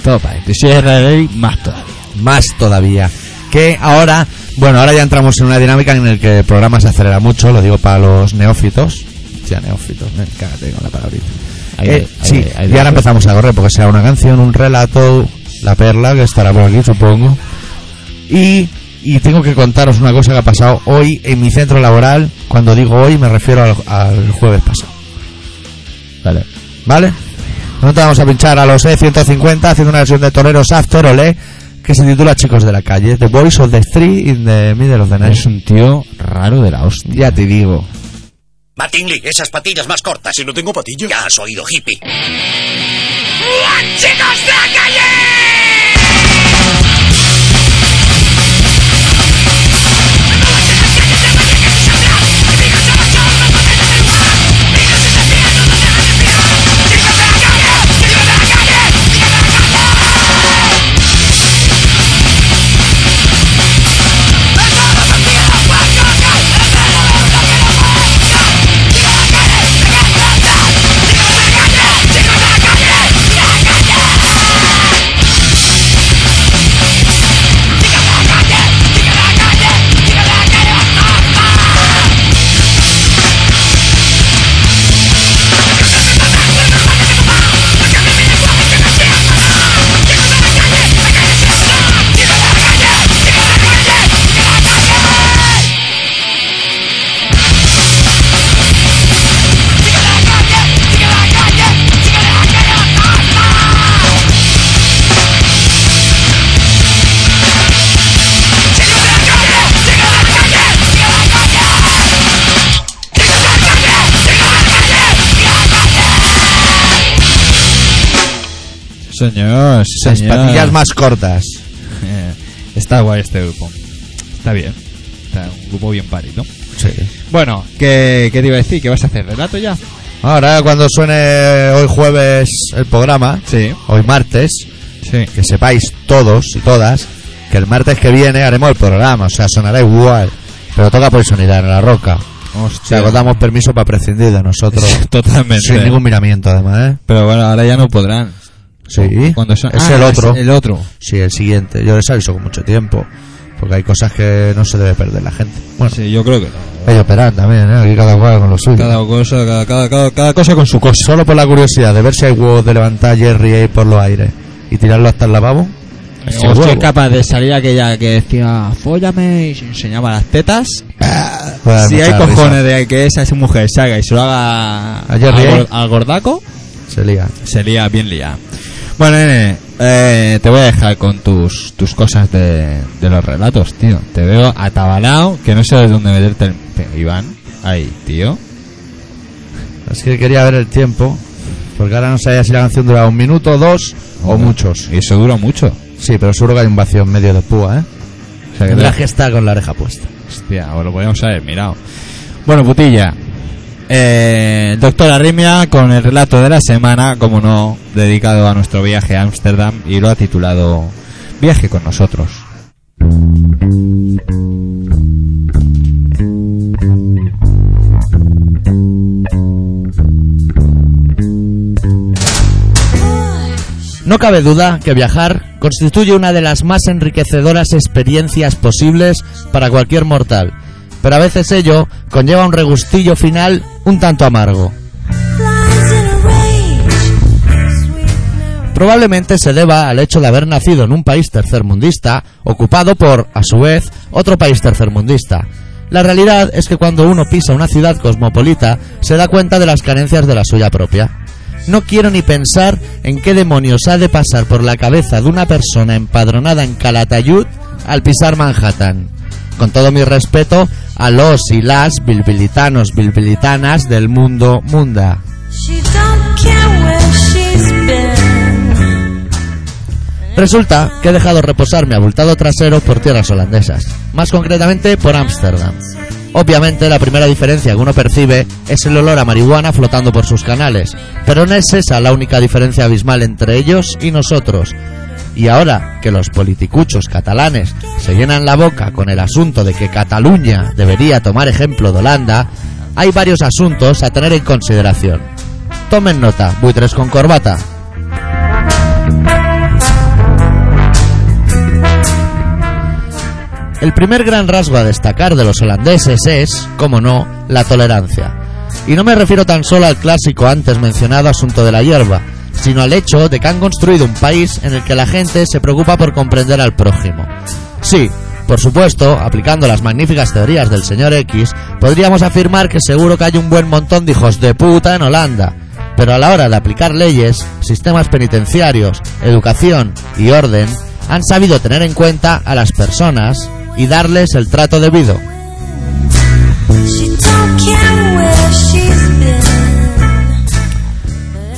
A: Todo para adentro. Y si es israelí, más todavía.
B: más todavía. Que ahora, bueno, ahora ya entramos en una dinámica en la que el programa se acelera mucho, lo digo para los neófitos. Ya neófitos, eh, cágate con la palabrita.
A: Ahí, ahí,
B: Eh, sí,
A: ahí, ahí.
B: y ahora empezamos a correr porque será una canción, un relato, la perla que estará por aquí, supongo. Y, y tengo que contaros una cosa que ha pasado hoy en mi centro laboral. Cuando digo hoy, me refiero al, al jueves pasado.
A: Vale.
B: ¿Vale? No te vamos a pinchar a los E150 haciendo una versión de Toreros After Olé que se titula Chicos de la calle, The Boys of the Street in the Middle of the Night.
A: Es un tío raro de la hostia.
B: Ya te digo.
E: Martin Lee, esas patillas más cortas. Si no tengo patillas. Ya has oído, hippie. ¡Chicos de la calle!
A: Señor, sí,
B: Las
A: señor.
B: patillas más cortas.
A: Eh, Está guay este grupo. Está bien. Está un grupo bien parido. Bueno, ¿qué, ¿qué te iba a decir? ¿Qué vas a hacer? ¿Relato ya?
B: Ahora, cuando suene hoy jueves el programa,
A: Sí.
B: hoy martes,
A: Sí.
B: que sepáis todos y todas que el martes que viene haremos el programa, o sea, sonará igual, pero toca por sonidad en la roca. O sea,
A: Hostia.
B: os damos permiso para prescindir de nosotros.
A: Totalmente.
B: Sin ningún miramiento, además, ¿eh?
A: Pero bueno, ahora ya no podrán.
B: Sí.
A: Cuando son-
B: Es
A: Ah,
B: el otro.
A: el otro.
B: Sí, el siguiente. Yo les aviso con mucho tiempo. Porque hay cosas que no se debe perder la gente. Bueno,
A: Sí, yo creo que no.
B: ellos verán también, ¿eh? Aquí cada cual con lo suyo.
A: Cada cosa, cada, cada, cada, cada cosa con su cosa.
B: Solo por la curiosidad de ver si hay huevos de levantar a Jerry ahí por los aires y tirarlo hasta el lavabo.
A: Eh,
B: Ese
A: o si
B: huevo.
A: es capaz de salir aquella que decía, fóllame y se enseñaba las tetas.
B: Puede dar
A: si
B: Ah, mucha
A: hay
B: risa.
A: cojones de que esa es mujer salga y se lo haga
B: A Jerry,
A: al
B: ¿eh?
A: gor- al gordaco,
B: Se lía.
A: se lía bien lía. Bueno, nene, eh, te voy a dejar con tus, tus cosas de, de los relatos, tío. Te veo atabalao, que no sabes dónde meterte el pe- Iván. Ahí, tío.
B: Así que quería ver el tiempo. Porque ahora no sabía si la canción duraba un minuto, dos o muchos.
A: Y eso dura mucho.
B: Sí, pero seguro que hay un vacío en medio de púa, ¿eh?
A: O sea, que te-
B: Tendrás que estar con la oreja puesta.
A: Hostia, o lo podríamos haber mirado. Bueno, putilla. Eh, doctor Arrimia con el relato de la semana, como no, dedicado a nuestro viaje a Ámsterdam y lo ha titulado Viaje con nosotros.
B: No cabe duda que viajar constituye una de las más enriquecedoras experiencias posibles para cualquier mortal, pero a veces ello conlleva un regustillo final un tanto amargo.
F: Flies in a rage. Sweet Mary.
B: Probablemente se deba al hecho de haber nacido en un país tercermundista, ocupado por, a su vez, otro país tercermundista. La realidad es que cuando uno pisa una ciudad cosmopolita, se da cuenta de las carencias de la suya propia. No quiero ni pensar en qué demonios ha de pasar por la cabeza de una persona empadronada en Calatayud al pisar Manhattan. Con todo mi respeto a los y las bilbilitanos, bilbilitanas del mundo munda.
F: She don't care where she's been.
B: Resulta que he dejado reposar mi abultado trasero por tierras holandesas, más concretamente por Ámsterdam. Obviamente la primera diferencia que uno percibe es el olor a marihuana flotando por sus canales, pero no es esa la única diferencia abismal entre ellos y nosotros. Y ahora que los politicuchos catalanes se llenan la boca con el asunto de que Cataluña debería tomar ejemplo de Holanda, hay varios asuntos a tener en consideración. Tomen nota, buitres con corbata, El primer gran rasgo a destacar de los holandeses es, como no, la tolerancia. Y no me refiero tan solo al clásico antes mencionado asunto de la hierba, sino al hecho de que han construido un país en el que la gente se preocupa por comprender al prójimo. Sí, por supuesto, aplicando las magníficas teorías del señor X, podríamos afirmar que seguro que hay un buen montón de hijos de puta en Holanda. Pero a la hora de aplicar leyes, sistemas penitenciarios, educación y orden, han sabido tener en cuenta a las personas y darles el trato debido.
F: She don't care where she's been.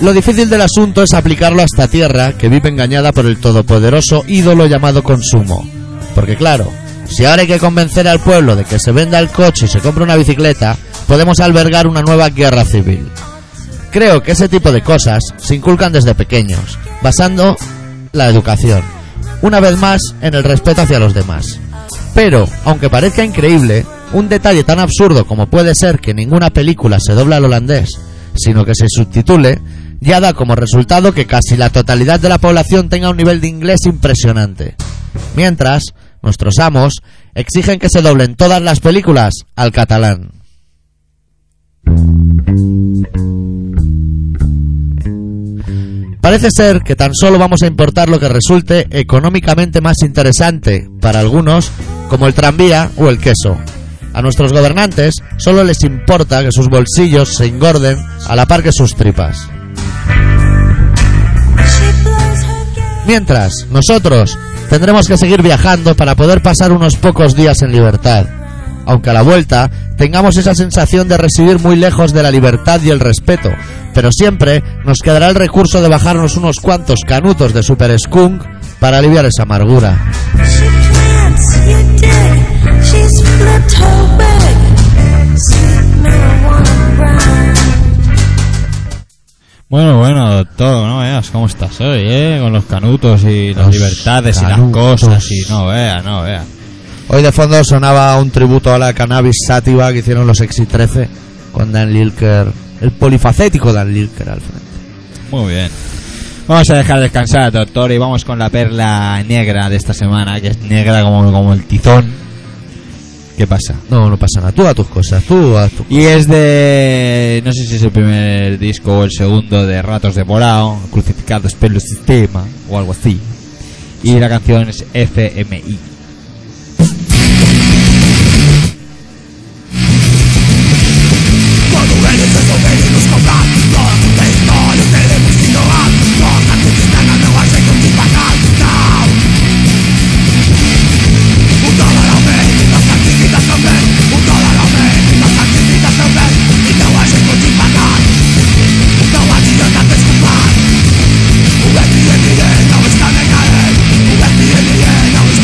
B: Lo difícil del asunto es aplicarlo a esta tierra que vive engañada por el todopoderoso ídolo llamado consumo. Porque claro, si ahora hay que convencer al pueblo de que se venda el coche y se compre una bicicleta, podemos albergar una nueva guerra civil. Creo que ese tipo de cosas se inculcan desde pequeños, basando la educación, una vez más en el respeto hacia los demás. Pero, aunque parezca increíble, un detalle tan absurdo como puede ser que ninguna película se dobla al holandés, sino que se subtitule, ya da como resultado que casi la totalidad de la población tenga un nivel de inglés impresionante. Mientras, nuestros amos exigen que se doblen todas las películas al catalán. Parece ser que tan solo vamos a importar lo que resulte económicamente más interesante para algunos, como el tranvía o el queso. A nuestros gobernantes solo les importa que sus bolsillos se engorden a la par que sus tripas.
F: She blows her gap.
B: Mientras, nosotros tendremos que seguir viajando para poder pasar unos pocos días en libertad. Aunque a la vuelta tengamos esa sensación de residir muy lejos de la libertad y el respeto, pero siempre nos quedará el recurso de bajarnos unos cuantos canutos de Super Skunk para aliviar esa amargura.
F: She plants you dig. She's flipped her wig. Sweet marijuana brown.
G: Bueno, bueno, doctor, no veas cómo estás hoy, ¿eh? Con los canutos y las
B: Los
G: libertades
B: canutos.
G: y las cosas y no vea, no vea.
B: Hoy de fondo sonaba un tributo a la cannabis sativa que hicieron los Exit 13 con Dan Lilker, el polifacético Dan Lilker al frente.
G: Muy bien. Vamos a dejar descansar, doctor, y vamos con la perla negra de esta semana, que es negra como, como el tizón. ¿Qué pasa?
B: No, no pasa nada, tú a tus cosas, tú a tu...
G: Y es de. No sé si es el primer disco o el segundo de Ratos de Morao, Crucificados por el Sistema o algo así. Y la canción es FMI.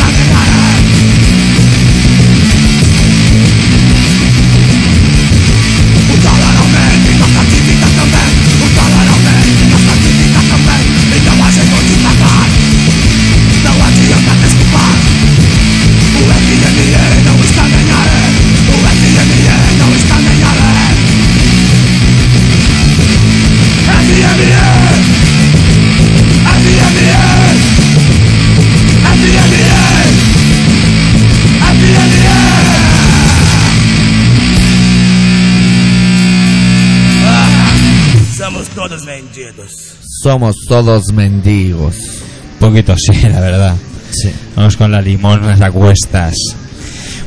C: Yeah.
H: todos vendidos.
B: Somos todos mendigos.
A: poquito sí, la verdad.
B: Sí.
A: Vamos con las limonas a cuestas.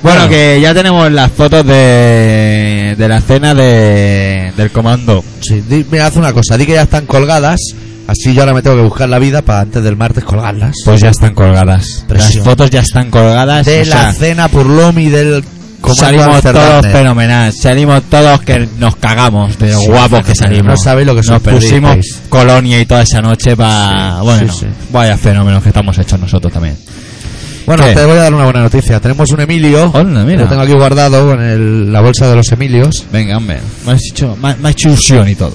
A: Bueno, que ya tenemos las fotos de, de la cena de, del comando.
B: Sí, di- mira, haz una cosa, di que ya están colgadas, así yo ahora me tengo que buscar la vida para antes del martes colgarlas.
A: Pues ya están colgadas.
B: Presión.
A: Las fotos ya están colgadas.
B: de
A: o
B: la
A: sea,
B: cena Purlomi del Comando
A: salimos
B: Amsterdam.
A: todos fenomenal. Salimos todos que nos cagamos de lo
B: Sí,
A: guapos que
B: fenomenal.
A: salimos.
B: No sabéis lo que os
A: Nos
B: perdisteis.
A: pusimos colonia y toda esa noche para...
B: Sí,
A: bueno,
B: sí, sí.
A: vaya fenómenos que estamos hechos nosotros también.
B: Bueno,
A: ¿Qué?
B: te voy a dar una buena noticia. Tenemos un Emilio.
A: Onda, mira.
B: Lo tengo aquí guardado en el- la bolsa de los Emilios.
A: Venga, hombre. Me has hecho, me, me ha hecho ilusión y todo.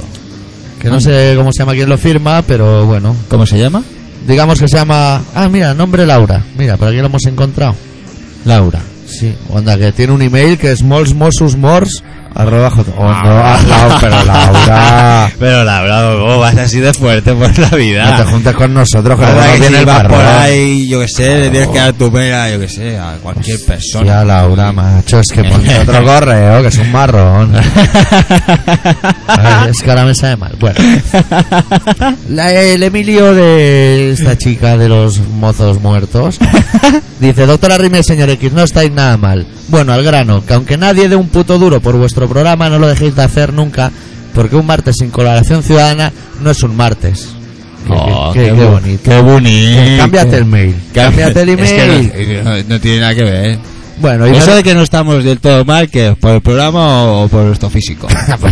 B: Que
A: Ah.
B: no sé cómo se llama quién lo firma, pero bueno.
A: ¿Cómo se llama?
B: Digamos que se llama. Ah, mira, nombre Laura. Mira, por aquí lo hemos encontrado.
A: Laura.
B: Sí, onda, que tiene un email que es molsmosusmors. Arroba hot- Oh, no, ah, Lau, pero Laura.
A: Pero Laura, ¿cómo vas así de fuerte por la vida?
B: No te juntes con nosotros, que
A: Ahora
B: no
A: que
B: viene
A: si
B: el
A: vas por
B: barro.
A: ahí, yo que sé, le tienes que dar tu pera, yo que sé, a cualquier persona.
B: Ya, Laura, macho, es que ponte otro correo, que es un marrón. Ay, es que ahora me sabe mal. Bueno, La- el Emilio de esta chica de los mozos muertos dice: Doctora Rime, señor X, no estáis nada mal. Bueno, al grano, que aunque nadie dé un puto duro por vuestro programa, no lo dejéis de hacer nunca, porque un martes sin colaboración ciudadana no es un martes. Qué-
A: Oh,
B: qué- qué- qué
A: bu-
B: bonito.
A: Qué bonito.
B: Eh, Cámbiate el mail. Cámbiate el
A: Eh, Es que
B: email.
A: no, eh, no- no tiene nada que ver.
B: Bueno, y
A: Eso
B: no-
A: de que no estamos del todo mal, que ¿Por el programa o por nuestro físico? Por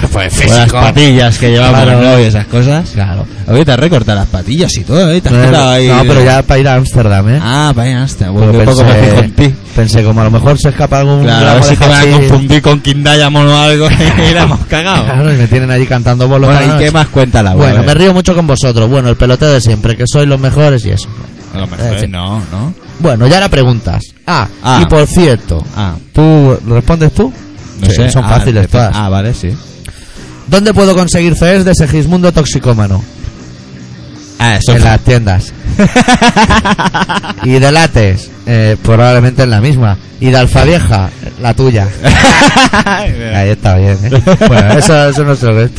A: las patillas que llevamos
B: Claro.
A: ¿no? y esas cosas.
B: Claro.
A: Ahorita te has recortado las patillas y todo, ¿eh? Te has
B: No,
A: quedado ahí.
B: no, pero ya para ir a Ámsterdam, ¿eh?
A: Ah, vaya, hasta.
B: Pero
A: Bueno, qué poco me fijo en ti.
B: pensé, como a lo mejor se escapa algún
A: Claro, a ver
B: gramo
A: si
B: de
A: te van a
B: hachís.
A: confundir con Kindayamon o algo y la hemos cagado.
B: Claro, y me tienen allí cantando bolos cada
A: Bueno, ¿y
B: noche.
A: qué más cuenta la
B: Bueno, me río mucho con vosotros. Bueno, el peloteo de siempre, que sois los mejores y eso.
A: A lo mejor
B: en fin.
A: no, ¿no?
B: Bueno, y ahora preguntas. Ah,
A: Ah.
B: y por cierto,
A: Ah,
B: ¿tú lo respondes tú?
A: no
B: Sí,
A: sé.
B: Son
A: Ah,
B: fáciles
A: depende.
B: todas.
A: Ah, vale, sí.
B: ¿Dónde puedo conseguir CES de Segismundo Toxicómano?
A: Ah, eso
B: En las tiendas. y de Lates, eh, probablemente en la misma. Y de Alfavieja, la tuya. Ahí está bien, ¿eh? Bueno, eso, eso no se lo ve.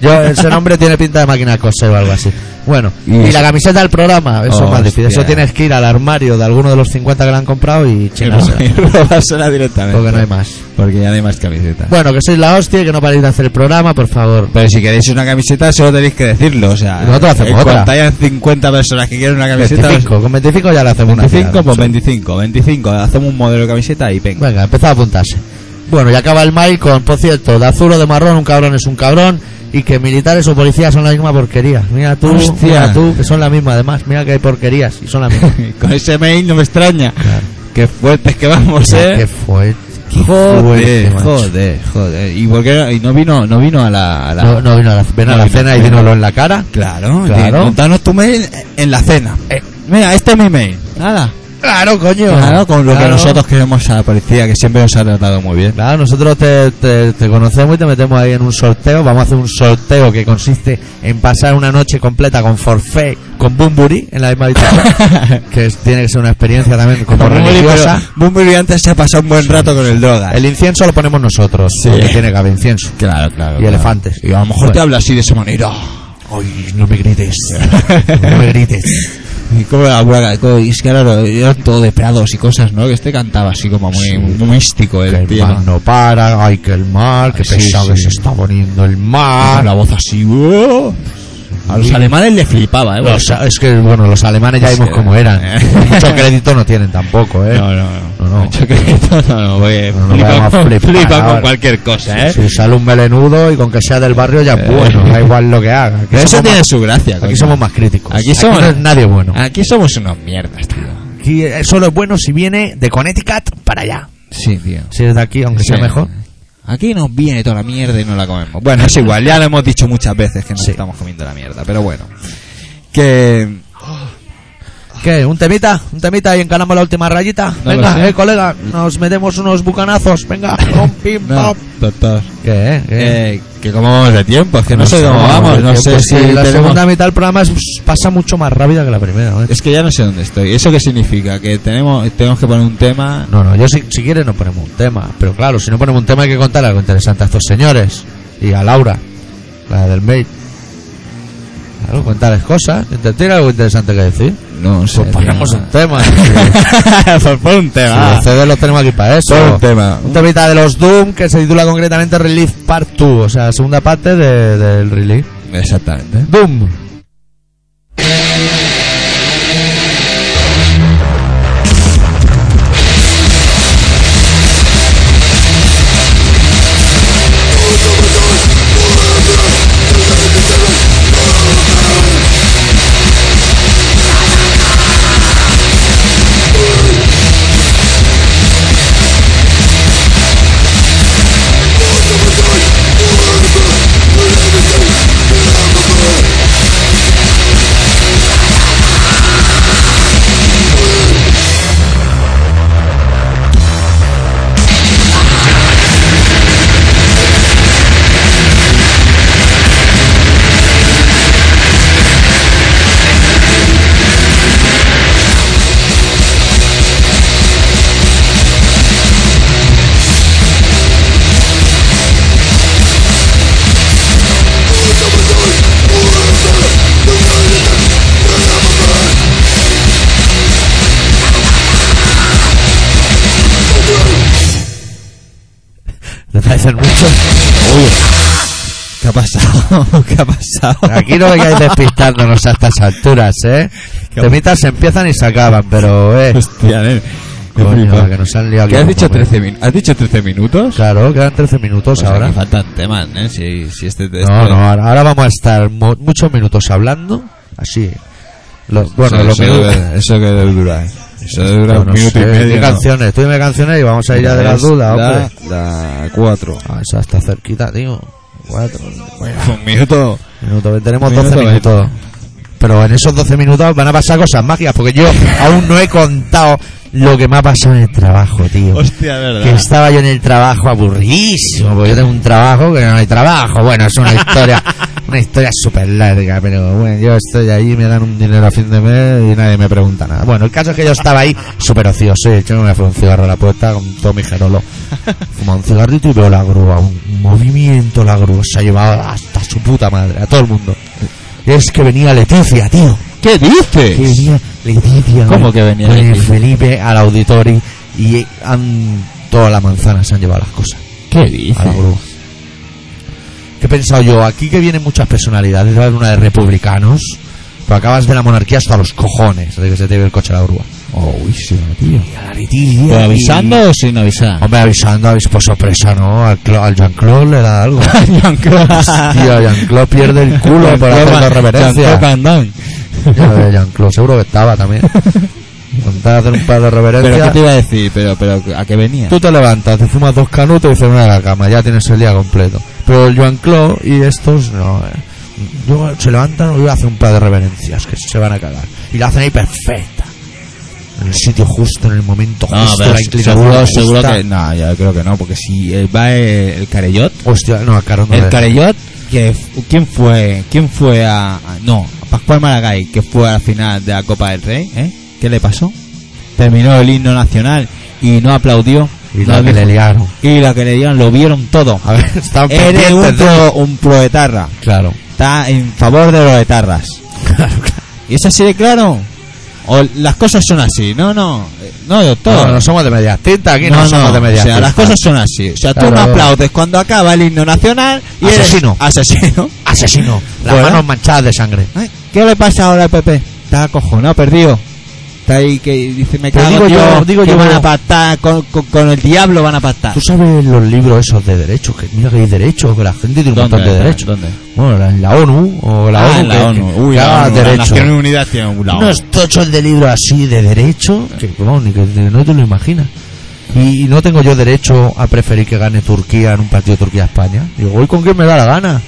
B: Yo, ese nombre tiene pinta de máquina de coser o algo así. Bueno,
A: Y
B: y,
A: eso-
B: la camiseta del programa, eso es más difícil. Eso
A: Hostia.
B: tienes que ir al armario de alguno de los 50 que la han comprado y chingársela,
A: Robársela directamente.
B: porque no hay más.
A: Porque ya no hay más camisetas.
B: Bueno, que sois la hostia y que no paréis de hacer el programa, por favor.
A: Pero si queréis una camiseta, solo tenéis que decirlo. O sea,
B: Nosotros hacemos
A: en
B: otra.
A: cuanto hayan 50 personas que quieren una camiseta,
B: 25, con 25 ya le hacemos una
A: 25
B: tirada.
A: pues 25, 25, hacemos un modelo de camiseta y venga.
B: Venga, empezad a apuntarse. Bueno, y acaba el mail con, por cierto, de azul o de marrón, un cabrón es un cabrón, y que militares o policías son la misma porquería. Mira tú,
A: Hostia.
B: mira tú, que son la misma además, mira que hay porquerías, y son la misma.
A: Con ese mail no me extraña.
B: Claro.
A: Qué fuertes que vamos,
B: Mira, Qué
A: eh.
B: fuerte.
A: Joder,
B: fuerte, macho.
A: joder, joder. ¿Y por qué no, y no vino, no vino a la, a la-
B: No, no vino a la, ven a
A: No
B: la
A: vino.
B: cena y dínoslo en la cara.
A: Claro,
B: Claro.
A: di- danos tu mail en la cena.
B: Eh.
A: Mira, este es mi mail. Nada.
B: Claro, coño.
A: Claro, con lo que
B: Claro.
A: nosotros queremos a la policía, que siempre nos ha tratado muy bien.
B: Claro, nosotros te, te- te conocemos y te metemos ahí en un sorteo. Vamos a hacer un sorteo que consiste en pasar una noche completa con forfait, con Bumburi en la misma habitación. que es- tiene que ser una experiencia también como
A: Bumburi,
B: religiosa.
A: pero Bumburi antes se ha pasado un buen rato con el droga.
B: El incienso lo ponemos nosotros,
A: Sí.
B: porque tiene que haber incienso.
A: Claro, claro.
B: Y elefantes.
A: Y a lo mejor te
B: Bueno.
A: habla así de esa manera.
B: Ay, no me grites. no me grites.
A: Y como la abuela, como- y es que ahora lo- eran todo deprados y cosas, ¿no? Que este cantaba así como muy,
B: Sí.
A: muy místico
B: Que
A: el
B: el
A: tío.
B: mar
A: ¿no?
B: no para, ay que el mar, que
A: Sí,
B: pesado que
A: sí.
B: se está poniendo el
A: Ah. Con
B: mar.
A: la voz así. ¡oh! A los alemanes le flipaba, ¿eh?
B: Los- es que, bueno, los alemanes ya
A: Es
B: vimos
A: que-
B: cómo eran.
A: eh.
B: Mucho crédito no tienen tampoco, ¿eh?
A: No, no, no.
B: No, no.
A: Yo creo que esto no, no, porque
B: No, no
A: flipan
B: vamos a
A: con,
B: flipar
A: flipan con
B: ahora.
A: cualquier cosa, ¿eh?
B: Si sale un melenudo y con que sea del barrio ya es bueno, da igual lo que haga. Aquí
A: Pero eso
B: somos
A: tiene
B: más-
A: su gracia.
B: Aquí
A: coño.
B: somos más críticos.
A: Aquí somos-
B: no es nadie bueno.
A: Aquí somos unos mierdas, tío.
B: Aquí eh, solo es bueno si viene de Connecticut para allá.
A: Sí, tío.
B: Si es de aquí, aunque sea
A: Sí.
B: mejor.
A: Aquí nos viene toda la mierda y no la comemos. Bueno, es igual, ya lo hemos dicho muchas veces que nos
B: Sí.
A: estamos comiendo la mierda, pero bueno. Que
B: ¿Qué? ¿Un temita? ¿Un temita y encaramos la última rayita?
A: No lo
B: venga,
A: sé.
B: eh, colega, nos metemos unos bucanazos. Venga, pom, pim,
A: No,
B: pom.
A: doctor.
B: ¿Qué, eh? ¿Qué?
A: Eh, que como vamos de tiempo, es que no, sé cómo vamos, no
B: Pues
A: sé si
B: la
A: tenemos-
B: segunda mitad del programa es- pasa mucho más rápida que la primera. ¿eh?
A: Es que ya no sé dónde estoy. ¿Eso qué significa? Que tenemos tenemos que poner un tema.
B: No, no, yo si, si quieres no ponemos un tema. Pero claro, si no ponemos un tema hay que contar algo interesante a estos señores. Y a Laura, la del mail. Claro, cuéntales cosas. ¿Te tiene algo interesante que decir?
A: No sé.
B: Pues ponemos
A: tío.
B: un tema.
A: pues pon un tema.
B: Los CD los tenemos aquí para eso.
A: Todo un tema.
B: Un temita de los Doom que se titula concretamente Relief Part 2, o sea, segunda parte de- del Relief.
A: Exactamente.
B: Doom. ¿Le parecen mucho?
A: ¿Qué ha pasado? ¿Qué ha pasado?
B: Aquí no vayáis despistándonos a estas alturas, ¿eh? Temitas empiezan y se acaban, pero, eh.
A: Hostia, nen. Qué
B: Coño,
A: flipado.
B: que nos han liado
A: ¿Qué has
B: aquí un
A: dicho
B: poco.
A: 13 min- ¿Has dicho 13 minutos?
B: Claro, quedan 13 minutos
A: Pues
B: ahora.
A: aquí faltan temas, ¿eh? Si, si este, este-
B: No, no, ahora, ahora vamos a estar mu- muchos minutos hablando, así. Lo- bueno,
A: eso,
B: lo
A: eso
B: minutos-
A: debe- eso que debe durar. Eso debe durar
B: ¿eh? Yo
A: un
B: no
A: minuto y
B: sé,
A: medio.
B: di
A: ¿no? Pues,
B: canciones, tú dime canciones y vamos a ir ya de las
A: Es
B: dudas, hombre.
A: La 4.
B: Ah, esa está cerquita, tío. Cuatro. Bueno,
A: Un minuto.
B: minuto, veinte, tenemos
A: Minuto
B: 12
A: veinte.
B: minutos. Pero en esos 12 minutos van a pasar cosas mágicas, porque yo aún no he contado lo que me ha pasado en el trabajo, tío.
A: Hostia,
B: Que estaba yo en el trabajo aburridísimo, porque yo tengo un trabajo que no hay trabajo. Bueno, es una historia, una historia súper larga, pero bueno, yo estoy ahí, me dan un dinero a fin de mes y nadie me pregunta nada. Bueno, el caso es que yo estaba ahí súper ocioso y yo me fui un cigarro a la puerta con todo mi gerolo. Fumaba un cigarrito y veo la grúa, un movimiento la grúa, se ha llevado hasta su puta madre, a todo el mundo. Y es que venía Leticia, tío.
A: ¿Qué
B: Que
A: dices?
B: venía Leticia.
A: ¿Cómo
B: con-
A: que venía
B: con el
A: Leticia?
B: pues, Felipe al auditorio y han toda la manzana se han llevado las cosas
A: ¿Qué
B: a la
A: dices?
B: grúa. ¿Qué he pensado yo? Aquí que vienen muchas personalidades, va a haber una de republicanos, pero acabas de la monarquía hasta los cojones de que se te ve el coche a la grúa.
A: Oh, sí, tío.
B: Y a la Leticia,
I: ¿Pero
B: y-
I: avisando o sin avisar?
B: Hombre, avisando, avis- por sorpresa, ¿no? Al, Cla- al Jean-Claude le da algo. Tío, Jean-Claude pierde el culo por hacer la reverencia. Ya lo de Jean-Claude, seguro que estaba también. Contaba hacer un par de
A: Pero ¿qué
B: reverencias.
A: te iba a decir? Pero, pero ¿a qué venía?
B: Tú te levantas, te fumas dos canutos y te vas a la cama, ya tienes el día completo. Pero el Joan Clo y estos no. eh. Yo- se levantan y hacen un par de reverencias que se van a cagar. Y la hacen ahí perfecta. En el sitio justo, en el momento
A: No,
B: justo,
A: pero
B: la
A: seguro,
B: inclinación
A: seguro
B: justa.
A: que... No, yo creo que no, porque si eh, va eh, el Carellot...
B: Hostia, no, claro, no.
A: El
B: le-
A: Carellot, que, f- ¿quién fue? ¿Quién fue a, a- No, a Pascual Maragall, que fue a la final de la Copa del Rey, ¿eh? ¿Qué le pasó? Terminó el himno nacional y no aplaudió.
B: y
A: no
B: la que
A: dijo-
B: le liaron.
A: Y la que le dieron, lo vieron todo.
B: A ver, están
A: Eres un,
B: pendientes de-
A: pro, un proetarra.
B: Claro.
A: Está en favor de los etarras. ¿Y es así de claro? ¿O las cosas son así? No, no. eh, No, doctor.
B: No, no somos de medias tintas, aquí no, somos de
A: o
B: medias
A: sea, las
B: tintas.
A: cosas son así. O sea, tú
B: Claro.
A: no aplaudes cuando acaba el himno nacional y eres
B: Asesino.
A: asesino.
B: Asesino, las
A: Bueno.
B: manos manchadas de sangre.
A: Ay, ¿Eh? ¿Qué le pasa ahora al PP? Está acojonado, perdido. Está ahí que dice, me
B: Pero
A: cago
B: digo
A: en
B: yo,
A: Dios,
B: digo
A: que
B: yo.
A: van a pactar con, con- con el diablo, van a pactar.
B: Tú sabes los libros esos de derechos, que mira que hay derechos, que la gente tiene un
A: ¿Dónde?
B: montón de
A: ¿Dónde?
B: derechos.
A: ¿Dónde?
B: Bueno, la, la ONU o la
A: Ah,
B: ONU. que- que-
A: Uy,
B: que
A: la
B: haga
A: ONU,
B: derecho.
A: las Naciones Unidas tienen un la ONU.
B: Unos tochos de libros así de derecho que, vamos, ni que ni- no te lo imaginas. Y, y no tengo yo derecho a preferir que gane Turquía en un partido Turquía-España. Digo, voy con quien me da la gana.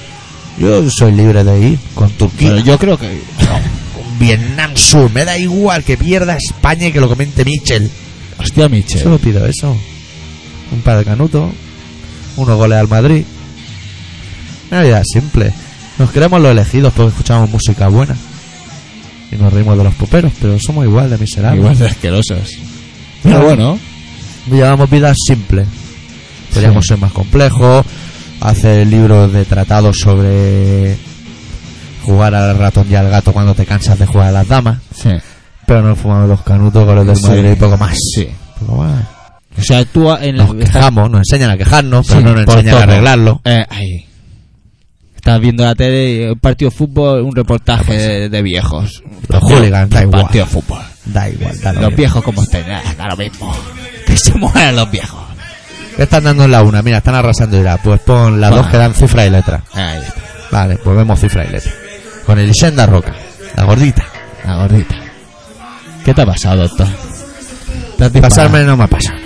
B: Yo soy libre de ir con Turquía.
A: Pero yo creo que...
B: con Vietnam Sur. Me da igual que pierda España y que lo comente Mitchell.
A: Hostia, Michel.
B: Solo pido eso. Un par de canutos. Unos goles al Madrid. Una vida simple. Nos queremos los elegidos porque escuchamos música buena. Y nos reímos de los poperos, pero somos igual de miserables.
A: Igual de asquerosas. Pero bueno,
B: Llevamos vidas simples. Podríamos ser más complejos. Hacer libros de tratados sobre jugar al ratón y al gato cuando te cansas de jugar a las damas.
A: Sí.
B: Pero no fumamos los canutos con los del
A: Sí.
B: Madrid y poco más.
A: Sí.
B: Poco más.
A: O sea, tú en la,
B: Nos quejamos, nos enseñan a quejarnos, pero
A: Sí,
B: no nos
A: por
B: enseñan a
A: todo.
B: arreglarlo.
A: Eh, ahí. Estás viendo la tele, un partido de fútbol, un reportaje de, de viejos.
B: Los hooligans, da
A: Un
B: igual.
A: partido de fútbol.
B: Da igual, da lo
A: Los
B: mismo.
A: viejos como estén, eh, da lo mismo. Que se mueran los viejos.
B: ¿Qué están dando en la una? Mira, están arrasando ya. Pues pon las
A: Vale.
B: dos que dan cifra y letra.
A: Ahí está,
B: Vale, pues vemos cifra y letra. Con Elisenda Roca, la gordita.
A: la gordita. ¿Qué te ha pasado, doctor? Te has disparado.
B: Pasarme no me ha pasado.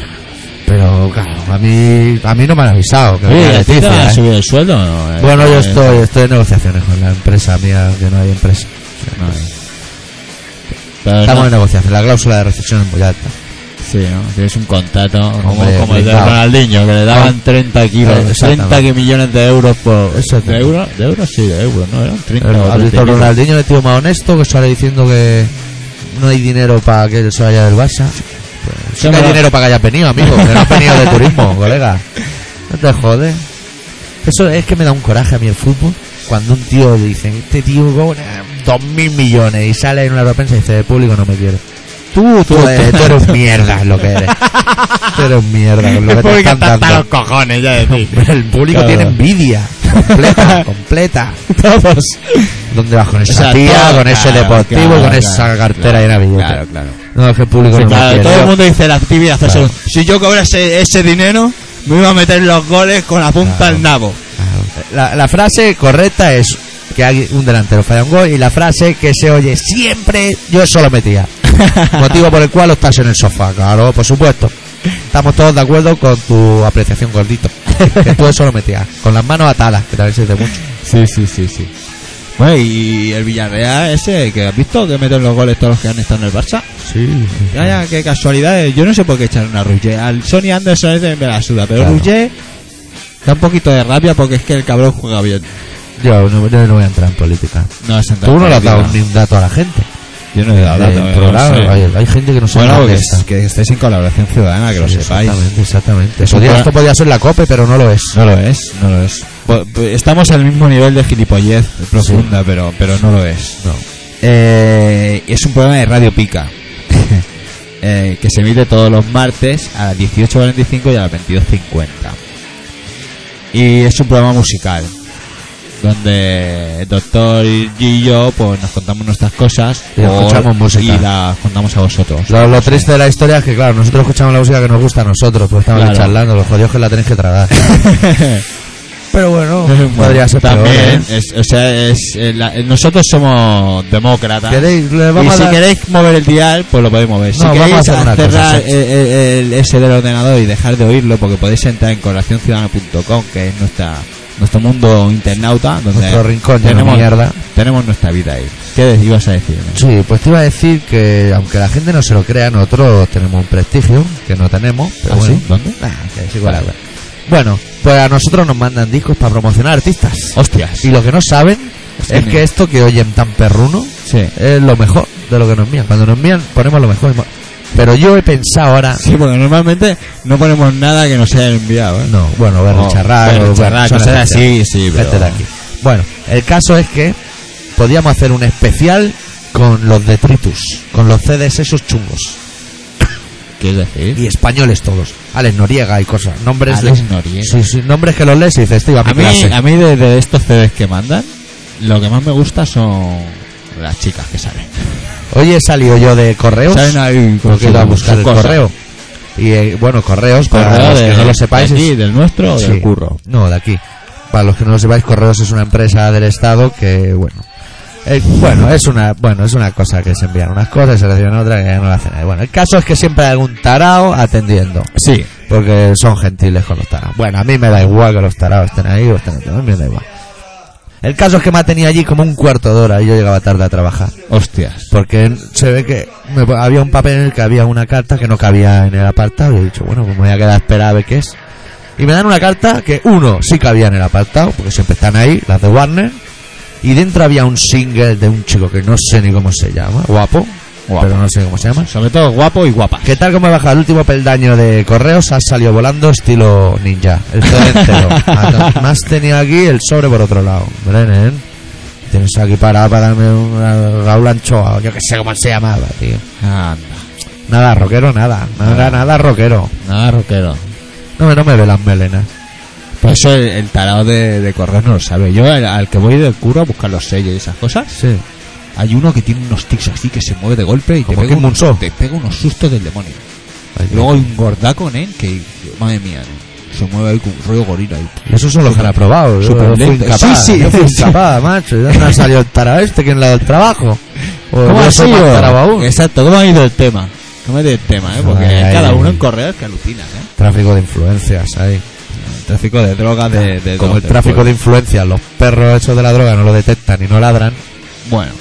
B: Pero claro, a mí, a mí no me han avisado. Que venía
A: Oye, ¿a ti te
B: Leticia,
A: ha
B: ¿eh?
A: subido el sueldo? o no?
B: Bueno, yo
A: Eh,
B: estoy, estoy en negociaciones con la empresa mía, que no hay empresa.
A: no, eh. Pero
B: Estamos
A: no-
B: en negociaciones, la cláusula de pues recesión es muy alta.
A: Sí, ¿no? Tienes un contrato como,
B: Hombre,
A: como el de
B: flipado.
A: Ronaldinho, que le daban
B: Ah.
A: 30
B: Eh,
A: kilos,
B: exactamente.
A: 30 que millones de euros por...
B: Exactamente.
A: ¿De euros? ¿De euros? Sí, de euros, ¿no? Eran 30
B: Pero
A: o
B: ¿Has
A: 30
B: visto el
A: kilos.
B: Ronaldinho metido más honesto que sale diciendo que no hay dinero para que él se vaya del Barça? Pues, sí
A: Yo
B: que
A: me
B: hay
A: lo-
B: dinero para que hayas venido, amigo, que no has venido de turismo, colega. No te jodes. Eso es que me da un coraje a mí el fútbol cuando un tío dice, este tío cobra dos mil millones y sale en una recompensa y dice, el público no me quiere. Tú, tú, eres, tú eres un mierda lo que eres. Tú eres un mierda lo que te están dando.
A: cojones ya de ti.
B: El público
A: Claro.
B: tiene envidia completa, completa.
A: Todos.
B: ¿Dónde vas con esa
A: O sea,
B: tía,
A: todo,
B: con ese
A: claro,
B: deportivo
A: claro,
B: y con
A: claro,
B: esa cartera
A: claro,
B: llena de billetes?
G: Claro, claro.
B: No, es que el público
A: Sí,
B: no me
A: claro,
B: quiere.
A: todo el
B: Yo-
A: mundo dice la actividad. hace
B: Claro.
A: segundo. Si yo cobrase ese dinero, me iba a meter los goles con la punta
B: Claro.
A: al nabo.
B: Claro. Ah, La, la frase correcta es que hay un delantero falla un gol y la frase que se oye siempre yo solo metía. Motivo por el cual estás en el sofá, claro, por supuesto. Estamos todos de acuerdo con tu apreciación, gordito. Que tú solo metías. Con las manos atadas, que también se dice mucho.
A: Sí, sí, sí, sí. Bueno, y el Villarreal ese, que has visto que meten los goles todos los que han estado en el Barça.
B: Sí.
A: Ya, ya, qué casualidades. Yo no sé por qué echaron a Ruggier. Al Sony Anderson ese me la suda, pero
B: Claro.
A: Ruggier da un poquito de rabia porque es que el cabrón juega bien.
B: Yo no, yo no voy a entrar en política.
A: No, es
B: Tú no le has dado
A: entrado.
B: ni un dato a la gente.
A: Yo no he dado
B: del
A: dato, eh,
B: programa.
A: no sé.
B: Oye, hay gente que no sabe
A: Bueno,
B: dónde
A: que,
B: está.
A: es- que estéis en colaboración ciudadana, que lo
B: Sí,
A: sepáis.
B: Exactamente, exactamente.
A: Eso
B: Podría-
A: para-
B: esto podía ser la COPE, pero no lo es.
A: No lo es, no lo es. Po- po- Estamos al mismo nivel de gilipollez profunda, pero, pero no lo es. No. Eh, es un programa de Radio Pica. eh, que se emite todos los martes a las 18.45 y a las 22.50. Y es un programa musical. Donde el doctor y yo pues, nos contamos nuestras cosas
B: Y escuchamos música.
A: y las contamos a vosotros.
B: Lo, lo triste de la historia es que, claro, nosotros escuchamos la música que nos gusta a nosotros, porque estamos
A: Claro.
B: aquí charlando, los jodidos que la tenéis que tragar. Pero bueno, podría ser peor,
A: también.
B: ¿eh?
A: es- o sea, es, eh, la- eh, nosotros somos demócratas.
B: ¿Queréis? Le
A: Y
B: vamos a
A: si
B: dar-
A: queréis mover el dial, pues lo podéis mover. si
B: No, vamos a
A: queréis
B: hacer una cosa,
A: cerrar
B: sí.
A: el, el- el- ese del ordenador y dejar de oírlo, porque podéis entrar en colaboracionciudadana.com, que es nuestra nuestro mundo internauta, donde
B: Nuestro rincón lleno de
A: tenemos,
B: mierda.
A: tenemos nuestra vida ahí. ¿Qué de- ibas a decirme?
B: Sí, pues te iba a decir que, aunque la gente no se lo crea, nosotros tenemos un prestigio que no tenemos. Pero
A: ¿Ah,
B: bueno,
A: sí? ¿Dónde?
B: Ah, que es igual, igual. Bueno, pues a nosotros nos mandan discos para promocionar artistas.
A: Hostias.
B: Y lo que no saben
A: Es
B: es
A: que
B: que
A: ni-
B: esto que oyen tan perruno
A: Sí.
B: es lo mejor de lo que nos envían. Cuando nos envían ponemos lo mejor. Pero yo he pensado ahora...
A: Sí, porque normalmente no ponemos nada que nos haya enviado. ¿eh?
B: No, bueno, ver
A: Oh,
B: charrar,
A: Berry Charrac, cosas así, sí, pero-
B: de aquí. Bueno, el caso es que podíamos hacer un especial con los detritus, con los CDs esos chungos
A: ¿Qué es decir?
B: y españoles todos, Alex Noriega y cosas, nombres
A: Alex
B: de-
A: Noriega.
B: Sí, sí, nombres que los lees y dices, "Este iba a mi
A: A mí,
B: clase".
A: a mí de, de estos CDs que mandan, lo que más me gusta son las chicas que salen.
B: Ah, Hoy he salido yo de correos,
A: Salen ahí con
B: porque
A: su-
B: he ido a
A: su
B: buscar el
A: cosa.
B: correo. Y eh, bueno, correos para
A: Correo
B: los
A: de-
B: que no lo sepáis,
A: de
B: es-
A: aquí, del nuestro o
B: Sí.
A: del curro.
B: No, de aquí. Para los que no lo sepáis, Correos es una empresa del Estado que, bueno, eh, bueno, es una, bueno, es una cosa que se envían unas cosas, se reciben otras que no la hacen. nadie. Bueno, el caso es que siempre hay algún tarao atendiendo,
A: Sí.
B: porque son gentiles con los taraos. Bueno, a mí me da igual que los taraos estén ahí o estén otro, a mí me da igual. El caso es que me ha tenido allí como un cuarto de hora y yo llegaba tarde a trabajar.
A: Hostias.
B: Porque se ve que me po- había un papel en el que había una carta que no cabía en el apartado. Y he dicho, bueno, pues me voy a quedar a esperar a ver qué es. Y me dan una carta que, uno, sí cabía en el apartado, porque siempre están ahí, las de Warner. Y dentro había un single de un chico que no sé ni cómo se llama. Guapo,
A: Guapo.
B: pero no sé cómo se llama.
A: Sobre todo guapo y guapa.
B: Que tal como he bajado el último peldaño de correos, has salido volando estilo ninja. El todo entero. Ata- Me has tenido aquí el sobre por otro lado. Brennan. Tienes aquí parado para darme un Raúl Anchoa, o yo que sé cómo se llamaba, tío.
A: Anda,
B: Nada rockero, nada. No era nada rockero.
A: nada rockero.
B: No, me- no me ve las melenas.
A: Por eso el, el tarao de, de correos no lo sabe. Yo al, al que voy del curro a buscar los sellos y esas cosas,
B: Sí.
A: hay uno que tiene unos tics así que se mueve de golpe y te
B: Como
A: pega,
B: Kim
A: unos,
B: Munso.
A: te pega unos sustos del demonio. Y luego
B: Luego,
A: hay un gordaco, nen, que madre mía, nen, se mueve ahí con un rollo gorila. ahí.
B: esos son los que han aprobado. Yo,
A: Súper
B: yo fui
A: lento.
B: incapaz.
A: Sí, sí.
B: Yo fui incapaz, macho. ¿De dónde ha salido el tarao este que en la del trabajo? O
A: ¿Cómo
B: yo
A: ha
B: soy más
A: sido?
B: tarao aún.
A: Exacto, ¿cómo ha ido el tema? ¿Cómo ha ido el tema, eh? Porque
B: Ay,
A: cada
B: ay,
A: uno
B: ay.
A: en correos que alucina, eh.
B: Tráfico de influencias ahí.
A: El tráfico de drogas, de, de
B: Como el
A: drogas, pues.
B: tráfico de influencias, los perros esos de la droga no lo detectan y no ladran.
A: Bueno,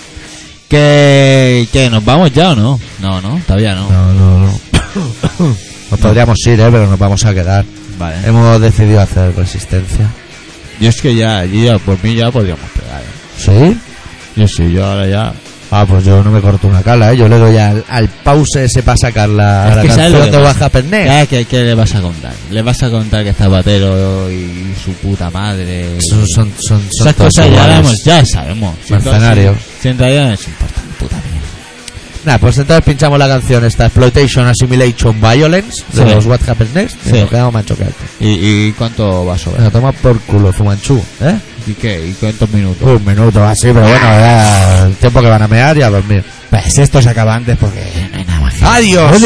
A: ¿que, que nos vamos ya o no? No, no, todavía no.
B: No, no, no. Nos podríamos ir, ¿eh? pero nos vamos a quedar.
A: Vale.
B: Hemos decidido hacer resistencia.
A: Eh, Yo es que ya, yo ya, por mí ya podríamos pegar. ¿eh?
B: ¿Sí?
A: Yo sí, yo ahora ya.
B: Ah, pues yo no me corto una cala, ¿eh? Yo le doy al, al pause ese para sacar la,
A: Es
B: la
A: que ¿sabes lo
B: canción
A: que
B: de
A: pasa?
B: Baja Perné.
A: Ya, ¿qué, qué le vas a contar? ¿Le vas a contar que Zapatero y su puta madre?
B: Son, son, son, son
A: Esas
B: todos
A: cosas ya,
B: iguales.
A: sabemos, ya sabemos. Si
B: Mercenarios.
A: todo- Si, si en realidad no nos importa, puta mierda.
B: Nah, pues entonces pinchamos la canción esta, Exploitation Assimilation Violence, de
A: Sí.
B: los What Happens Next,
A: Sí.
B: y nos quedamos mancho que alto.
A: ¿Y, y cuánto va a sobrar?
B: Venga, toma por culo, Zumanchú, ¿eh?
A: ¿Y qué? ¿Y cuántos minutos?
B: Un minuto así, pero bueno, ya el tiempo que van a mear y a dormir.
A: Pues esto se acaba antes porque
B: ¡Adiós!